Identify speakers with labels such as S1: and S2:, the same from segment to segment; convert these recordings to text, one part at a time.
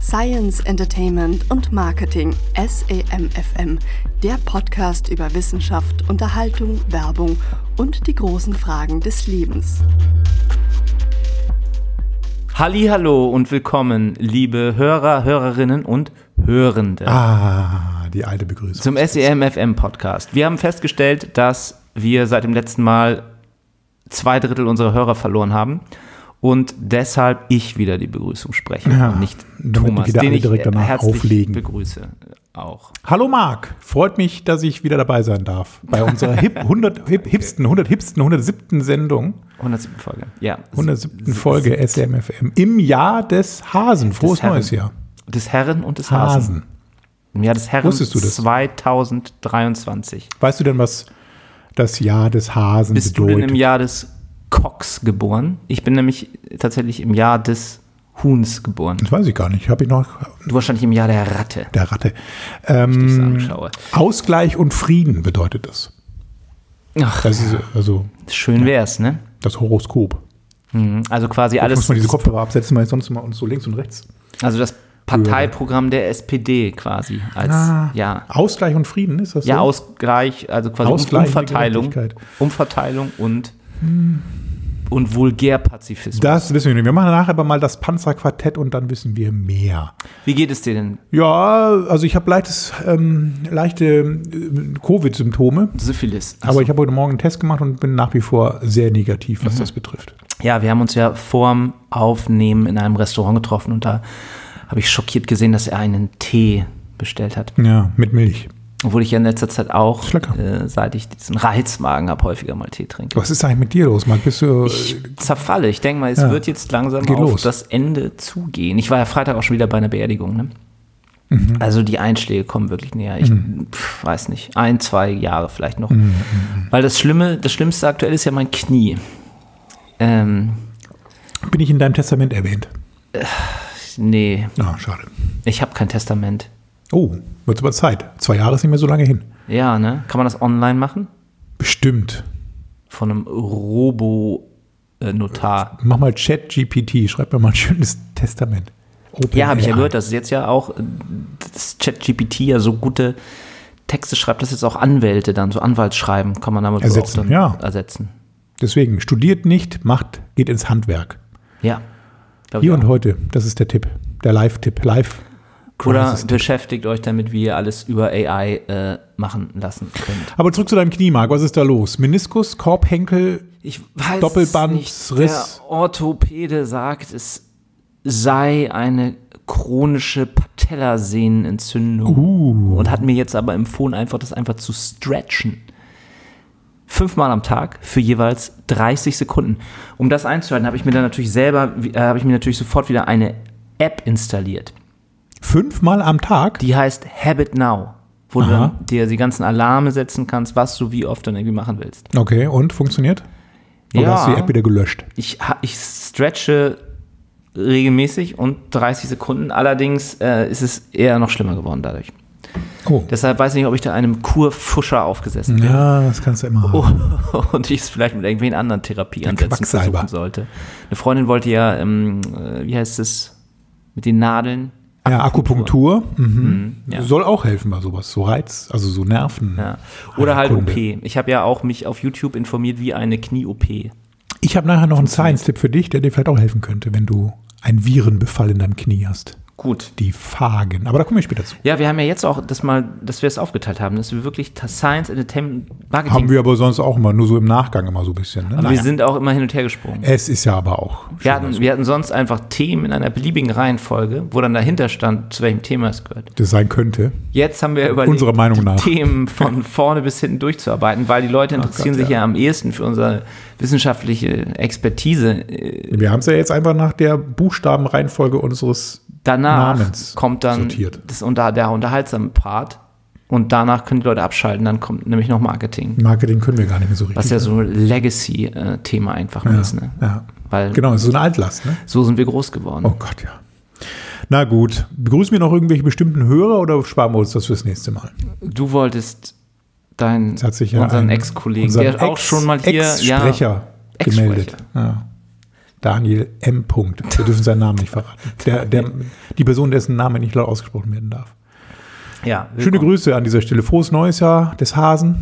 S1: Science, Entertainment und Marketing, E SEMFM, der Podcast über Wissenschaft, Unterhaltung, Werbung und die großen Fragen des Lebens.
S2: Hallo und willkommen, liebe Hörer, Hörerinnen und Hörende
S3: Ah, die alte Begrüßung.
S2: zum E SEMFM Podcast. Wir haben festgestellt, dass wir seit dem letzten Mal zwei Drittel unserer Hörer verloren haben und deshalb ich wieder die Begrüßung spreche
S3: Ja,
S2: und nicht
S3: damit die
S2: Thomas,
S3: wieder
S2: den
S3: alle
S2: ich
S3: direkt danach
S2: herzlich
S3: auflegen.
S2: begrüße auch.
S3: Hallo Marc, freut mich, dass ich wieder dabei sein darf bei unserer hip, 100, hip, hipsten, 100 hipsten, 107. Sendung,
S2: 107 Folge. Ja.
S3: 107. Folge SMFM im Jahr des Hasen. Frohes
S2: Herren.
S3: neues Jahr.
S2: Des Herren und des Hasen.
S3: Hasen.
S2: Im Jahr des Herren
S3: Wusstest du das?
S2: 2023.
S3: Weißt du denn, was das Jahr des Hasen
S2: Bist du denn
S3: bedeutet?
S2: im Jahr des Cocks geboren? Ich bin nämlich tatsächlich im Jahr des Huhns geboren.
S3: das weiß ich gar nicht. Habe ich noch
S2: Du wahrscheinlich im Jahr der Ratte,
S3: der Ratte.
S2: wenn ich das
S3: Ähm,
S2: anschaue.
S3: Ausgleich und Frieden bedeutet das.
S2: Ach,
S3: Das ist also
S2: schön wär's, ne?
S3: das Horoskop.
S2: Mhm. Also quasi
S3: Muss
S2: alles,
S3: man diese Kopfhörer absetzen, weil sonst mal uns so links und rechts.
S2: also das Parteiprogramm der SPD quasi als,
S3: Ah.
S2: ja.
S3: Ausgleich und Frieden ist das
S2: Ja,
S3: so?
S2: Ausgleich, also quasi
S3: Ausgleich,
S2: Umverteilung,
S3: Gerechtigkeit. Hm.
S2: Umverteilung und, und Vulgärpazifismus.
S3: Das wissen wir nicht. Wir machen nachher aber mal das Panzerquartett und dann wissen wir mehr.
S2: Wie geht es dir denn?
S3: Ja, also ich habe leichtes, ähm, leichte ähm, Covid-Symptome.
S2: Syphilis.
S3: Aber ich habe heute Morgen einen Test gemacht und bin nach wie vor sehr negativ, was das betrifft.
S2: Ja, wir haben uns ja vorm Aufnehmen in einem Restaurant getroffen und da habe ich schockiert gesehen, dass er einen Tee bestellt hat.
S3: Ja, mit Milch.
S2: Obwohl ich ja in letzter Zeit auch,
S3: Mhm. Ist lecker. Oh.
S2: äh, seit ich diesen Reizmagen habe, häufiger mal Tee trinke.
S3: Was ist eigentlich mit dir los, Marc? Bist du. äh,
S2: Ich zerfalle. Ich denke mal, es
S3: Ja.
S2: wird jetzt langsam
S3: Geht
S2: auf
S3: los.
S2: das Ende zugehen. Ich war ja Freitag auch schon wieder bei einer Beerdigung. Ne?
S3: Mhm.
S2: Also die Einschläge kommen wirklich näher. Ich pf, weiß nicht, ein, zwei Jahre vielleicht noch.
S3: Mhm,
S2: Weil das Schlimme, das Schlimmste aktuell ist ja mein Knie. Ähm,
S3: bin ich in deinem Testament erwähnt?
S2: nee,
S3: Ah, schade.
S2: ich habe kein Testament.
S3: Oh, wird aber Zeit. Zwei Jahre ist nicht mehr so lange hin.
S2: Ja, ne? Kann man das online machen?
S3: Bestimmt.
S2: Von einem Robo-Notar.
S3: Mach mal Chat-GPT, schreib mir mal ein schönes Testament. Open
S2: Ja, habe ich ja
S3: AI.
S2: gehört, dass es jetzt ja auch äh, das ChatGPT ja so gute Texte schreibt, dass jetzt auch Anwälte dann, so Anwaltsschreiben, kann man damit wohl
S3: Ersetzen,
S2: auch dann
S3: ja.
S2: ersetzen.
S3: Deswegen, studiert nicht, macht, geht ins Handwerk.
S2: Ja. Glaub ich
S3: Hier
S2: auch.
S3: und heute, das ist der Tipp, der Live-Tipp, live.
S2: Oder
S3: Crisis-Tipp.
S2: beschäftigt euch damit, wie ihr alles über AI äh, machen lassen könnt.
S3: Aber zurück zu deinem Knie, Marc, was ist da los? Meniskus, Korbhenkel,
S2: Ich weiß
S3: Doppelband,
S2: nicht.
S3: Riss.
S2: Der Orthopäde sagt, es sei eine chronische Patellasehnenentzündung.
S3: Uh.
S2: Und hat mir jetzt aber empfohlen, einfach das einfach zu stretchen. Fünfmal am Tag für jeweils 30 Sekunden. Um das einzuhalten, habe ich mir dann natürlich selber, äh, habe ich mir natürlich sofort wieder eine App installiert.
S3: fünfmal am Tag.
S2: Die heißt Habit Now, wo
S3: Aha.
S2: du dann dir die ganzen Alarme setzen kannst, was du wie oft dann irgendwie machen willst.
S3: Okay, und funktioniert? Oder Oh, hast du die App wieder gelöscht?
S2: ich, ha- ich stretche regelmäßig und 30 Sekunden. Allerdings äh, ist es eher noch schlimmer geworden dadurch.
S3: Oh,
S2: Deshalb weiß ich nicht, ob ich da einem Kurfuscher aufgesessen bin.
S3: ja, das kannst du immer
S2: Oh.
S3: haben.
S2: Und ich es vielleicht mit irgendwelchen anderen Therapieansätzen
S3: Mhm. Quacksalber.
S2: versuchen sollte. Eine Freundin wollte ja, ähm, äh, wie heißt es, mit den Nadeln.
S3: Ja, Akupunktur mhm.
S2: ja.
S3: soll auch helfen bei sowas, so Reiz, also so Nerven.
S2: Ja. Oder halt
S3: Heilkunde.
S2: OP. Ich habe ja auch mich auf YouTube informiert, wie eine Knie-OP.
S3: Ich habe nachher noch einen Science-Tipp für dich, der dir vielleicht auch helfen könnte, wenn du einen Virenbefall in deinem Knie hast.
S2: Gut.
S3: Die Phagen. Aber da kommen wir später zu.
S2: Ja, wir haben ja jetzt auch das mal, dass wir es aufgeteilt haben, dass wir wirklich das Science, Entertainment, Marketing.
S3: Haben wir aber sonst auch immer, nur so im Nachgang immer so ein bisschen. Ne?
S2: aber
S3: Naja.
S2: wir sind auch immer hin und her gesprungen.
S3: es ist ja aber auch.
S2: Wir hatten, wir hatten sonst einfach Themen in einer beliebigen Reihenfolge, wo dann dahinter stand, zu welchem Thema es gehört.
S3: Das sein könnte.
S2: Jetzt haben wir überlegt,
S3: Unserer Meinung
S2: die
S3: nach.
S2: Themen von vorne bis hinten durchzuarbeiten, weil die Leute interessieren
S3: Gott,
S2: sich ja. am ehesten für unsere wissenschaftliche Expertise. Äh,
S3: Wir haben es ja jetzt einfach nach der Buchstabenreihenfolge unseres
S2: Danach
S3: Namens
S2: kommt dann
S3: sortiert.
S2: das unter, der unterhaltsame Part und danach können die Leute abschalten, dann kommt nämlich noch Marketing,
S3: Marketing können wir gar nicht mehr so richtig.
S2: was ja so ein Legacy-Thema einfach mal ist. Ne?
S3: ja.
S2: Weil
S3: Genau, es ist so eine Altlast. Ne?
S2: so sind wir groß geworden.
S3: Oh Gott, ja. Na gut, begrüßen wir noch irgendwelche bestimmten Hörer oder sparen wir uns das fürs nächste Mal?
S2: Du wolltest deinen
S3: Jetzt hat sich ja
S2: unseren
S3: ein-
S2: Ex-Kollegen,
S3: unseren
S2: der auch
S3: Ex-
S2: schon mal hier ja,
S3: Ex-Sprecher
S2: Ex-Sprecher.
S3: gemeldet. Ja. Daniel M. Punkt. Wir dürfen seinen Namen nicht verraten. Der, der, die Person, dessen Name nicht laut ausgesprochen werden darf.
S2: Ja,
S3: Schöne
S2: willkommen.
S3: Grüße an dieser Stelle. Frohes neues Jahr des Hasen.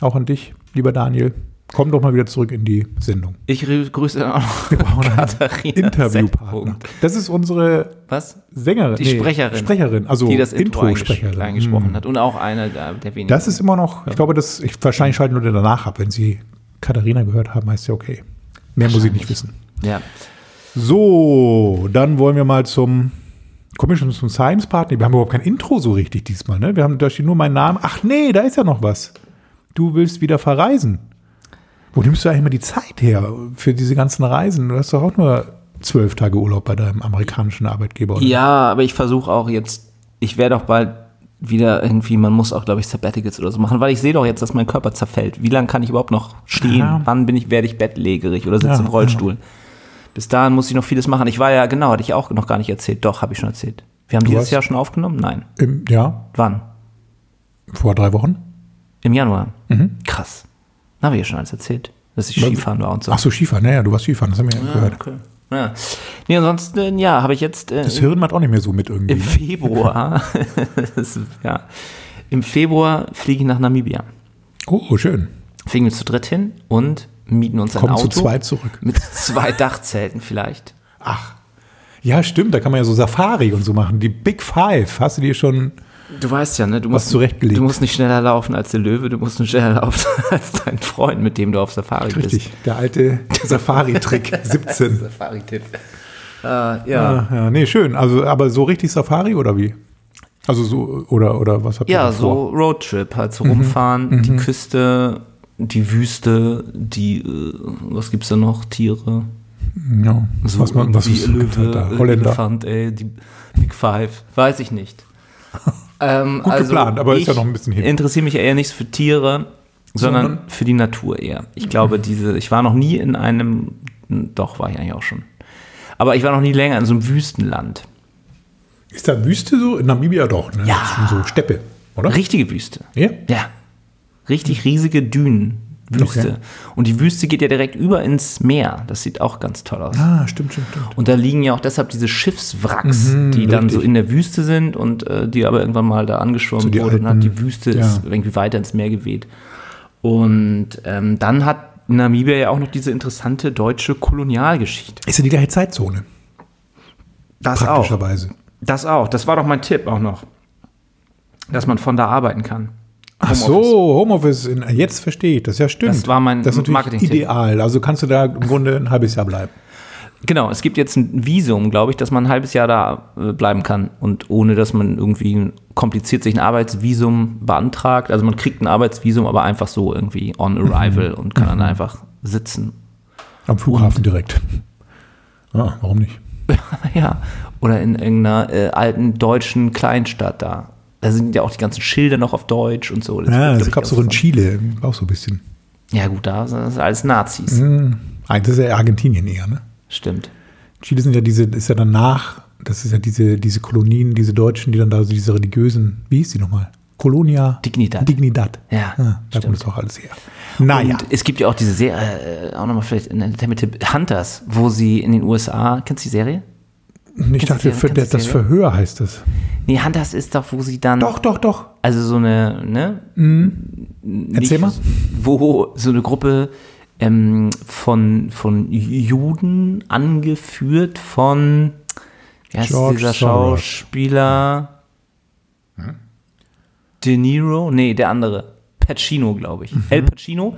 S3: Auch an dich, lieber Daniel. Komm doch mal wieder zurück in die Sendung.
S2: Ich rü- grüße auch noch
S3: Wir brauchen einen
S2: Katharina
S3: Interviewpartner.
S2: Z.
S3: Das ist unsere
S2: Was?
S3: Sängerin.
S2: Die
S3: nee,
S2: Sprecherin.
S3: Sprecherin, also
S2: die das Intro
S3: Intro-Sprecherin. Hm.
S2: einges- eingesprochen hat. Und auch eine der, der wenigen.
S3: Das ist immer noch, ich glaube, das, ich, wahrscheinlich schalten Leute danach ab. Wenn sie Katharina gehört haben, heißt ja okay. Mehr muss ich nicht wissen.
S2: ja.
S3: So, dann wollen wir mal zum Commission zum Science Part. Nee, wir haben überhaupt kein Intro so richtig diesmal, ne? Wir haben da steht nur mein Name. Ach nee, da ist ja noch was. Du willst wieder verreisen. Wo nimmst du eigentlich mal die Zeit her für diese ganzen Reisen? Du hast doch auch nur zwölf Tage Urlaub bei deinem amerikanischen Arbeitgeber. oder?
S2: ja, aber ich versuche auch jetzt, ich werde auch bald wieder irgendwie, man muss auch, glaube ich, Sabbaticals oder so machen, weil ich sehe doch jetzt, dass mein Körper zerfällt. Wie lange kann ich überhaupt noch stehen?
S3: Ja.
S2: Wann bin ich, werde ich bettlägerig oder sitze
S3: Ja, genau.
S2: im Rollstuhl? Bis dahin muss ich noch vieles machen. Ich war ja, genau, hatte ich auch noch gar nicht erzählt. Doch, habe ich schon erzählt. Wir haben dieses
S3: hast-
S2: Jahr schon aufgenommen? Nein.
S3: Im, ja,
S2: Wann?
S3: vor drei Wochen.
S2: Im Januar.
S3: Mhm.
S2: Krass. Da habe ich ja schon alles erzählt, dass ich
S3: Was?
S2: Skifahren war und so.
S3: Ach so, Skifahren. Naja, du warst Skifahren, das haben wir ja gehört.
S2: Okay. Ja. Nee, ansonsten, ja, habe ich jetzt äh,
S3: Das Hirn macht auch nicht mehr so mit irgendwie.
S2: im
S3: Ne?
S2: Februar, das, ist- ja, im Februar fliege ich nach Namibia.
S3: Oh, schön.
S2: Fliegen wir zu dritt hin und mieten uns ein
S3: Kommen zu
S2: Auto.
S3: zweit zurück.
S2: Mit zwei Dachzelten vielleicht.
S3: Ach. Ja, stimmt, da kann man ja so Safari und so machen. Die Big Five, hast du dir schon.
S2: Du weißt ja, ne? Du musst,
S3: zurechtgelegt.
S2: du musst nicht schneller laufen als der Löwe, du musst nicht schneller laufen als dein Freund, mit dem du auf Safari
S3: Richtig, der alte Safari-Trick 17.
S2: bist. Safari-Tipp. Äh, ja.
S3: Ah, Ja, ja, nee, schön. Also, aber so richtig Safari oder wie? Also so, oder, oder was habt ihr
S2: Ja,
S3: da vor?
S2: so
S3: Mhm.
S2: Roadtrip, halt so rumfahren, die Küste, die Wüste, die, äh, was gibt's da noch, Tiere,
S3: Ja,
S2: so
S3: was man, was
S2: die
S3: ist
S2: Löwe,
S3: da?
S2: äh,
S3: Holländer.
S2: Elefant, ey, die Big Five, weiß ich nicht. Ähm,
S3: Gut geplant, aber ist ja noch ein bisschen hin.
S2: hin. interessiere mich eher nicht für Tiere, sondern, für die Natur eher.
S3: Mhm.
S2: Ich glaube, diese, ich war noch nie in einem, doch, war ich eigentlich auch schon. Aber ich war noch nie länger in so einem Wüstenland.
S3: Ist da Wüste so? In Namibia doch, ne?
S2: Ja.
S3: Das ist schon so Steppe, oder?
S2: Richtige Wüste.
S3: Ja?
S2: Ja. Richtig riesige Dünen. Wüste.
S3: Mhm. Okay.
S2: Und die Wüste geht ja direkt über ins Meer. Das sieht auch ganz toll aus.
S3: Ah, stimmt, stimmt, stimmt.
S2: Und da liegen ja auch deshalb diese Schiffswracks,
S3: Mhm,
S2: die dann
S3: richtig.
S2: so in der Wüste sind und äh, die aber irgendwann mal da angeschwommen
S3: So die
S2: wurden und hat
S3: alten,
S2: die Wüste
S3: ja.
S2: ist irgendwie weiter ins Meer geweht. Und ähm, dann hat Namibia ja auch noch diese interessante deutsche Kolonialgeschichte.
S3: Ist ja die gleiche Zeitzone,
S2: Das auch.
S3: praktischerweise.
S2: Das auch. Das war doch mein Tipp auch noch. Dass man von da arbeiten kann.
S3: Ach so,
S2: Homeoffice.
S3: Homeoffice. in- Jetzt verstehe ich das. Ja, stimmt.
S2: Das war mein
S3: Das ist natürlich
S2: Marketing-Tipp.
S3: ideal. Also kannst du da im Grunde ein halbes Jahr bleiben.
S2: Genau, es gibt jetzt ein Visum, glaube ich, dass man ein halbes Jahr da äh, bleiben kann und ohne, dass man irgendwie kompliziert sich ein Arbeitsvisum beantragt. Also man kriegt ein Arbeitsvisum, aber einfach so irgendwie on arrival und kann dann einfach sitzen.
S3: Am Flughafen direkt. Ah, warum nicht?
S2: ja, oder in irgendeiner äh, alten deutschen Kleinstadt da. Da sind ja auch die ganzen Schilder noch auf Deutsch und so. wird,
S3: Ja,
S2: glaub
S3: also das
S2: ich,
S3: gab es auch in
S2: interessant.
S3: Chile, auch so ein bisschen. Hm.
S2: Ja gut, da sind das alles Nazis.
S3: Eigentlich ist ja eher Argentinien eher, ne?
S2: Stimmt.
S3: Chile sind ja diese, ist ja danach, das ist ja diese, diese Kolonien, diese Deutschen, die dann da so diese religiösen, wie hieß die nochmal? Colonia.
S2: Dignidad.
S3: Dignidad. Ah,
S2: Ja,
S3: da
S2: stimmt.
S3: kommt es auch alles her. Naja.
S2: Und es gibt Ah, ja auch diese Serie, äh, auch nochmal vielleicht ein Entertainment-Tipp, Hunters, wo sie in den USA, kennst du die Serie?
S3: ich
S2: kennst du
S3: dachte,
S2: die- kennst du
S3: für,
S2: die
S3: das, das
S2: Serie?
S3: Verhör heißt das.
S2: Nee, Hunters ist doch, wo sie dann.
S3: Doch, doch, doch.
S2: Also so eine, ne? Nicht,
S3: Erzähl mal.
S2: Wo so eine Gruppe ähm, von, von Juden angeführt von. Wie heißt
S3: George
S2: dieser
S3: Soros. Hm?
S2: Schauspieler? De Niro? Nee, der andere. Pacino, glaube
S3: Mhm.
S2: ich. El Pacino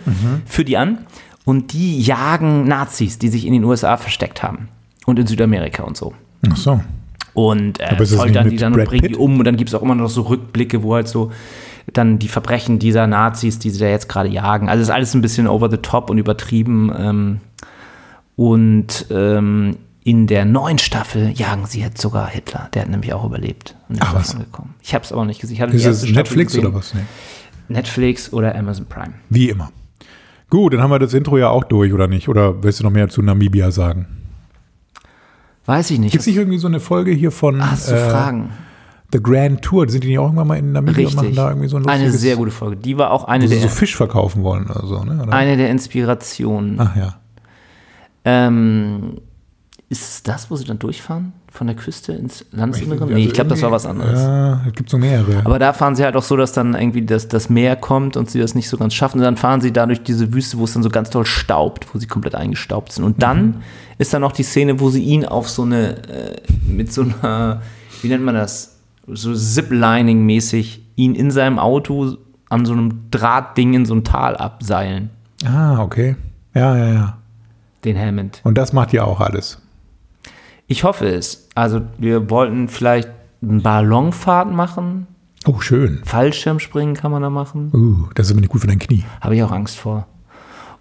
S2: führt die an. Und die jagen Nazis, die sich in den USA versteckt haben. Und in Südamerika und so
S3: Ach so.
S2: und äh,
S3: Aber ist das nicht
S2: foltern die
S3: mit
S2: dann und
S3: Brad
S2: bringen die
S3: Pitt?
S2: um. Und dann gibt es auch immer noch so Rückblicke, wo halt so dann die Verbrechen dieser Nazis, die sie da jetzt gerade jagen. Also ist alles ein bisschen over the top und übertrieben. Ähm, und ähm, in der neuen Staffel jagen sie jetzt sogar Hitler. Der hat nämlich auch überlebt. Und ist
S3: Ach, was.
S2: davon gekommen. Ich habe es aber nicht gesehen. Ich hatte die
S3: Ist das
S2: erste Staffel
S3: Netflix
S2: gesehen.
S3: oder was? Nee.
S2: Netflix oder Amazon Prime.
S3: Wie immer. Gut, dann haben wir das Intro ja auch durch, oder nicht? Oder willst du noch mehr zu Namibia sagen?
S2: Weiß ich nicht.
S3: Gibt es nicht irgendwie so eine Folge hier von
S2: Hast du
S3: äh,
S2: Fragen?
S3: The Grand Tour? Sind die nicht auch irgendwann mal in Namibia und machen
S2: Richtig.
S3: da irgendwie so ein
S2: eine
S3: lustiges-
S2: sehr gute Folge. Die war auch eine
S3: wo sie
S2: der,
S3: so Fisch verkaufen wollen oder so, ne? Oder?
S2: eine der Inspirationen.
S3: Ach ja.
S2: Ähm, Ist das, wo sie dann durchfahren? Von der Küste ins Landesinnere?
S3: Also
S2: Nee, ich glaube, das war
S3: irgendwie-
S2: was anderes.
S3: Ja, es gibt so mehrere.
S2: Aber da fahren sie halt auch so, dass dann irgendwie das, das Meer kommt und sie das nicht so ganz schaffen. Und dann fahren sie da durch diese Wüste, wo es dann so ganz toll staubt, wo sie komplett eingestaubt sind. Und
S3: Mhm.
S2: dann ist dann noch die Szene, wo sie ihn auf so eine, äh, mit so einer, wie nennt man das, so Ziplining-mäßig, ihn in seinem Auto an so einem Drahtding in so ein Tal abseilen.
S3: ah, okay. Ja, ja, ja.
S2: Den Hammond.
S3: Und das macht ihr auch alles.
S2: Ich hoffe es. Also wir wollten vielleicht eine Ballonfahrt machen.
S3: Oh, schön.
S2: Fallschirmspringen kann man da machen.
S3: Uh, das ist aber nicht gut für dein Knie.
S2: Habe ich auch Angst vor.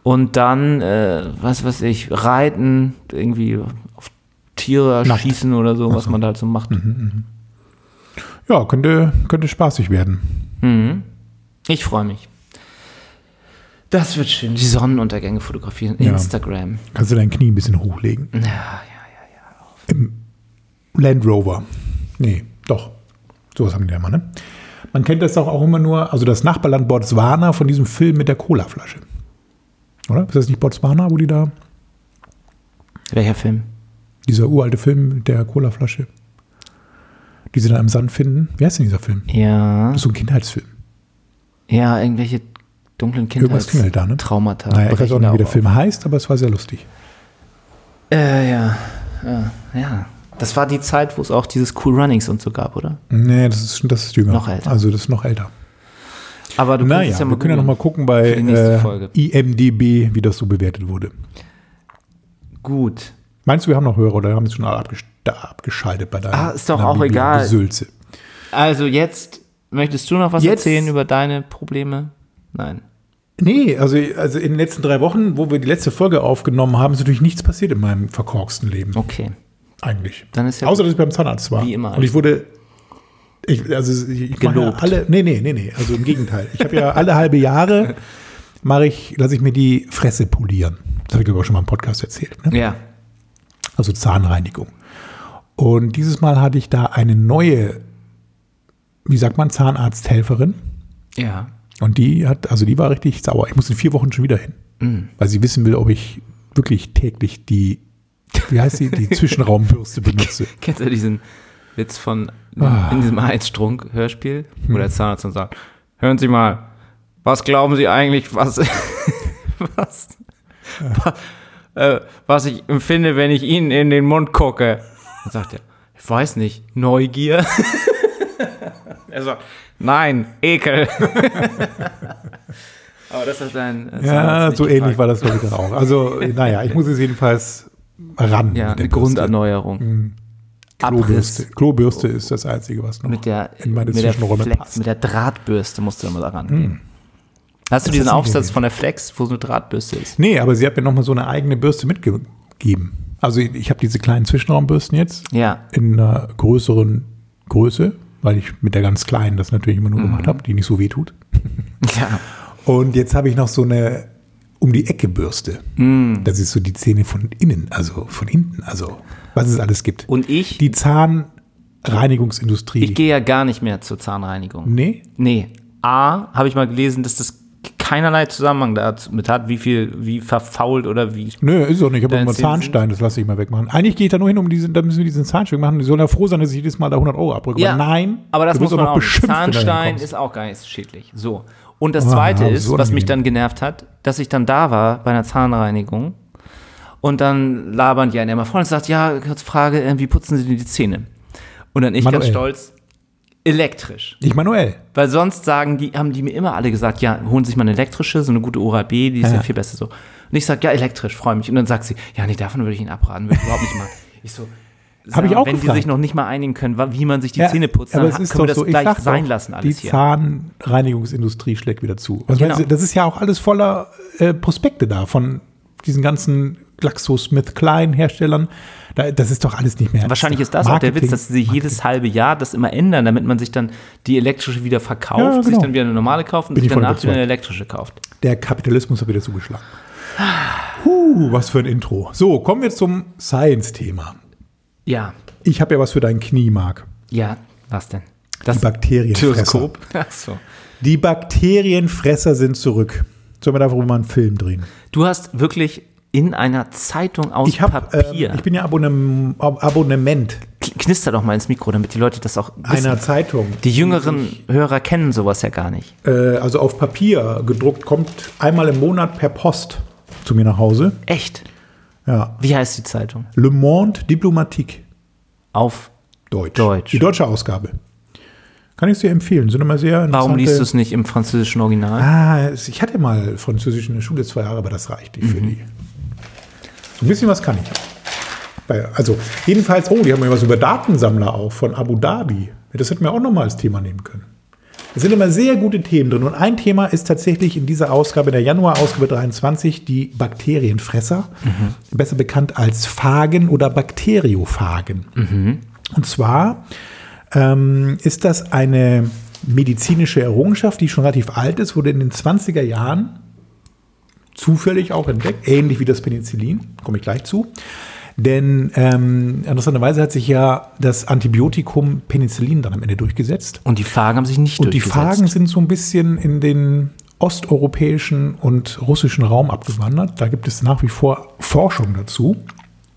S2: Und dann, äh, was weiß ich, reiten, irgendwie auf Tiere
S3: Nackt. Mhm.
S2: schießen oder so, was man da halt so macht.
S3: Ja, könnte, könnte spaßig werden.
S2: Ich freue mich. Das wird schön. Die Sonnenuntergänge fotografieren.
S3: Ja.
S2: Instagram.
S3: Kannst du dein Knie ein bisschen hochlegen?
S2: Ja, ja.
S3: Land Rover. Nee, doch. Sowas haben die da immer, ne? Man kennt das doch auch immer nur, also das Nachbarland Botswana von diesem Film mit der Colaflasche. Oder? Ist das nicht Botswana, wo die da,
S2: Welcher Film?
S3: dieser uralte Film mit der Colaflasche, die sie dann im Sand finden? Wie heißt denn dieser Film?
S2: Ja.
S3: Das ist so ein Kindheitsfilm.
S2: Ja, irgendwelche dunklen
S3: Irgendwas klingelt da, ne?
S2: Kindheitstraumata.
S3: naja, ich weiß auch
S2: brechen
S3: nicht,
S2: da
S3: wie der Film heißt, aber es war sehr lustig.
S2: Äh, ja. ja. Ja. Das war die Zeit, wo es auch dieses Cool Runnings und so gab, oder?
S3: Nee, das ist, das ist jünger.
S2: Noch älter.
S3: Also das ist noch älter.
S2: Aber du
S3: naja,
S2: könntest ja
S3: wir
S2: mal
S3: können ja
S2: googeln.
S3: nochmal gucken bei
S2: Für die nächste
S3: äh,
S2: Folge.
S3: IMDB, wie das so bewertet wurde.
S2: Gut.
S3: Meinst du, wir haben noch Hörer oder haben es schon alle abgesch da abgeschaltet bei deinem
S2: Ah, ist doch
S3: deinem
S2: auch
S3: Bibi-
S2: egal.
S3: Gesülze?
S2: Also jetzt möchtest du noch was
S3: Jetzt-
S2: erzählen über deine Probleme? Nein.
S3: Nee, also, also in den letzten drei Wochen, wo wir die letzte Folge aufgenommen haben, ist natürlich nichts passiert in meinem verkorksten Leben.
S2: Okay.
S3: Eigentlich.
S2: Dann ist ja-
S3: Außer, dass ich beim Zahnarzt war.
S2: Wie immer.
S3: Und ich wurde. Ich, also ich ich mache ja
S2: Gelobt.
S3: alle. Nee, nee, nee, nee. Also im Gegenteil. Ich habe ja alle halbe Jahre mache ich, lasse ich mir die Fresse polieren. Das habe ich, glaube ich, auch schon mal im Podcast erzählt. Ne?
S2: Ja.
S3: also Zahnreinigung. Und dieses Mal hatte ich da eine neue, wie sagt man, Zahnarzthelferin.
S2: Ja.
S3: Und die hat, also die war richtig sauer. Ich muss in vier Wochen schon wieder hin,
S2: Mhm.
S3: weil sie wissen will, ob ich wirklich täglich die, wie heißt sie, die Zwischenraumbürste benutze.
S2: Kennst du diesen Witz von
S3: Ah.
S2: in diesem Heizstrunk-Hörspiel,
S3: Hm.
S2: wo der Zahnarzt dann sagt, hören Sie mal, was glauben Sie eigentlich, was, was,
S3: Ah.
S2: wa- äh, was ich empfinde, wenn ich Ihnen in den Mund gucke? Dann sagt er, ich weiß nicht, Neugier? er sagt, nein, Ekel. Aber das hat dein äh,
S3: Ja,
S2: Zahnarzt
S3: so
S2: nicht gefragt.
S3: ähnlich war das, glaube ich, dann auch. Also, naja, ich muss jetzt jedenfalls ran.
S2: Ja,
S3: mit der
S2: eine
S3: Bürste.
S2: Grunderneuerung.
S3: Klobürste. Klobürste ist das Einzige, was noch
S2: mit der,
S3: in meine
S2: mit, der
S3: Zwischenräume
S2: Flex,
S3: passt.
S2: mit der Drahtbürste musst du immer da rangehen. Hast du diesen
S3: ist nicht
S2: Aufsatz
S3: gewesen.
S2: von der Flex, wo so eine Drahtbürste ist?
S3: Nee, aber sie hat mir nochmal so eine eigene Bürste mitgegeben. Also ich, ich habe diese kleinen Zwischenraumbürsten jetzt
S2: Ja.
S3: in einer größeren Größe, weil ich mit der ganz kleinen das natürlich immer nur
S2: Mhm.
S3: gemacht habe, die nicht so weh tut.
S2: ja.
S3: Und jetzt habe ich noch so eine um die Ecke Bürste.
S2: Mhm.
S3: Das ist so die Zähne von innen, also von hinten, also was es alles gibt.
S2: Und ich,
S3: die Zahnreinigungsindustrie.
S2: ich gehe ja gar nicht mehr zur Zahnreinigung.
S3: nee,
S2: Nee. A, habe ich mal gelesen, dass das keinerlei Zusammenhang damit hat, wie viel, wie verfault oder wie.
S3: nö, ist auch nicht. Ich habe
S2: Deine
S3: immer
S2: Zähne sind-
S3: Zahnstein, das lasse ich mal wegmachen. Eigentlich gehe ich da nur hin, um diesen, da müssen wir diesen Zahnstein machen. Die sollen ja froh sein, dass ich jedes Mal da 100 Euro abrücke.
S2: Ja,
S3: aber nein,
S2: aber das
S3: du wirst
S2: muss man
S3: noch
S2: auch nicht.
S3: beschimpft, wenn du da
S2: Zahnstein
S3: hinkommst.
S2: ist auch gar nicht so schädlich. So. Und das
S3: Ah,
S2: Zweite
S3: das ist
S2: ist, was mich
S3: unangenehm.
S2: dann genervt hat, dass ich dann da war bei einer Zahnreinigung und dann labern die einen immer vor und sagt, ja, kurz Frage, äh, wie putzen Sie denn die Zähne? Und dann ich ganz
S3: Manuell.
S2: stolz, elektrisch.
S3: Ich manuell.
S2: Weil sonst sagen die, haben die mir immer alle gesagt, ja, holen Sie sich mal eine elektrische, so eine gute Oral-B, die ist ja,
S3: Ja.
S2: viel besser so. Und ich sage, ja, elektrisch, freue mich. Und dann sagt sie, ja, nee, davon würde ich Ihnen abraten, würde ich überhaupt nicht machen. Ich so, sag
S3: Hab ich
S2: mal,
S3: auch
S2: wenn Sie
S3: gefragt.
S2: sich noch nicht mal einigen können, wa- wie man sich die
S3: Ja,
S2: Zähne putzt,
S3: aber
S2: dann
S3: es
S2: ha-
S3: ist
S2: können wir
S3: doch
S2: das
S3: so, ich
S2: gleich
S3: sag
S2: sein
S3: doch,
S2: lassen,
S3: Die
S2: alles hier.
S3: Zahnreinigungsindustrie schlägt wieder zu. Was
S2: Genau.
S3: meinst du, das ist ja auch alles voller äh, Prospekte da von diesen ganzen GlaxoSmithKline-Herstellern. Da, das ist doch alles nicht mehr.
S2: Wahrscheinlich ist das auch der Witz, dass sie jedes halbe Jahr das immer ändern, damit man sich dann die elektrische wieder verkauft,
S3: Ja,
S2: sich
S3: genau.
S2: dann wieder eine normale kauft und
S3: Bin
S2: sich
S3: ich voll
S2: danach wieder eine
S3: überzeugt.
S2: elektrische kauft.
S3: Der Kapitalismus hat wieder zugeschlagen. Huh, was für ein Intro. So, kommen wir zum Science-Thema.
S2: Ja,
S3: Ich habe ja was für dein Knie, Marc.
S2: ja, was denn?
S3: Die
S2: Das
S3: Bakterienfresser.
S2: Gyroskop? Ach so.
S3: Die Bakterienfresser sind zurück. Sollen wir darüber mal einen Film drehen?
S2: Du hast wirklich, in einer Zeitung aus
S3: Ich, hab,
S2: Papier.
S3: äh, ich bin ja Abonnem Ab Abonnement
S2: Kn- Knister doch mal ins Mikro, damit die Leute das auch wissen.
S3: einer Zeitung.
S2: die jüngeren Hörer kennen sowas ja gar nicht.
S3: Äh, also auf Papier gedruckt, kommt einmal im Monat per Post zu mir nach Hause.
S2: Echt?
S3: Ja.
S2: Wie heißt die Zeitung?
S3: Le Monde Diplomatique.
S2: Auf.
S3: Deutsch.
S2: Deutsch.
S3: Die deutsche Ausgabe. Kann ich dir empfehlen. Sind immer sehr
S2: Warum
S3: interessante-
S2: liest du es nicht im französischen Original?
S3: Ah, es- ich hatte mal Französisch in der Schule zwei Jahre, aber das reicht nicht für die. So ein bisschen was kann ich. Bei- Also, jedenfalls, oh, die haben ja was über Datensammler auch von Abu Dhabi. Das hätten wir auch nochmal als Thema nehmen können. Es sind immer sehr gute Themen drin. Und ein Thema ist tatsächlich in dieser Ausgabe, der Januar-Ausgabe 23, die Bakterienfresser, besser bekannt als Phagen oder Bakteriophagen. Und zwar ähm, ist das eine medizinische Errungenschaft, die schon relativ alt ist, wurde in den 20er Jahren zufällig auch entdeckt, ähnlich wie das Penicillin, komme ich gleich zu. Denn ähm, interessanterweise hat sich ja das Antibiotikum Penicillin dann am Ende durchgesetzt.
S2: Und die Fragen haben sich nicht
S3: Und die
S2: durchgesetzt.
S3: Fragen sind so ein bisschen in den osteuropäischen und russischen Raum abgewandert. Da gibt es nach wie vor Forschung dazu.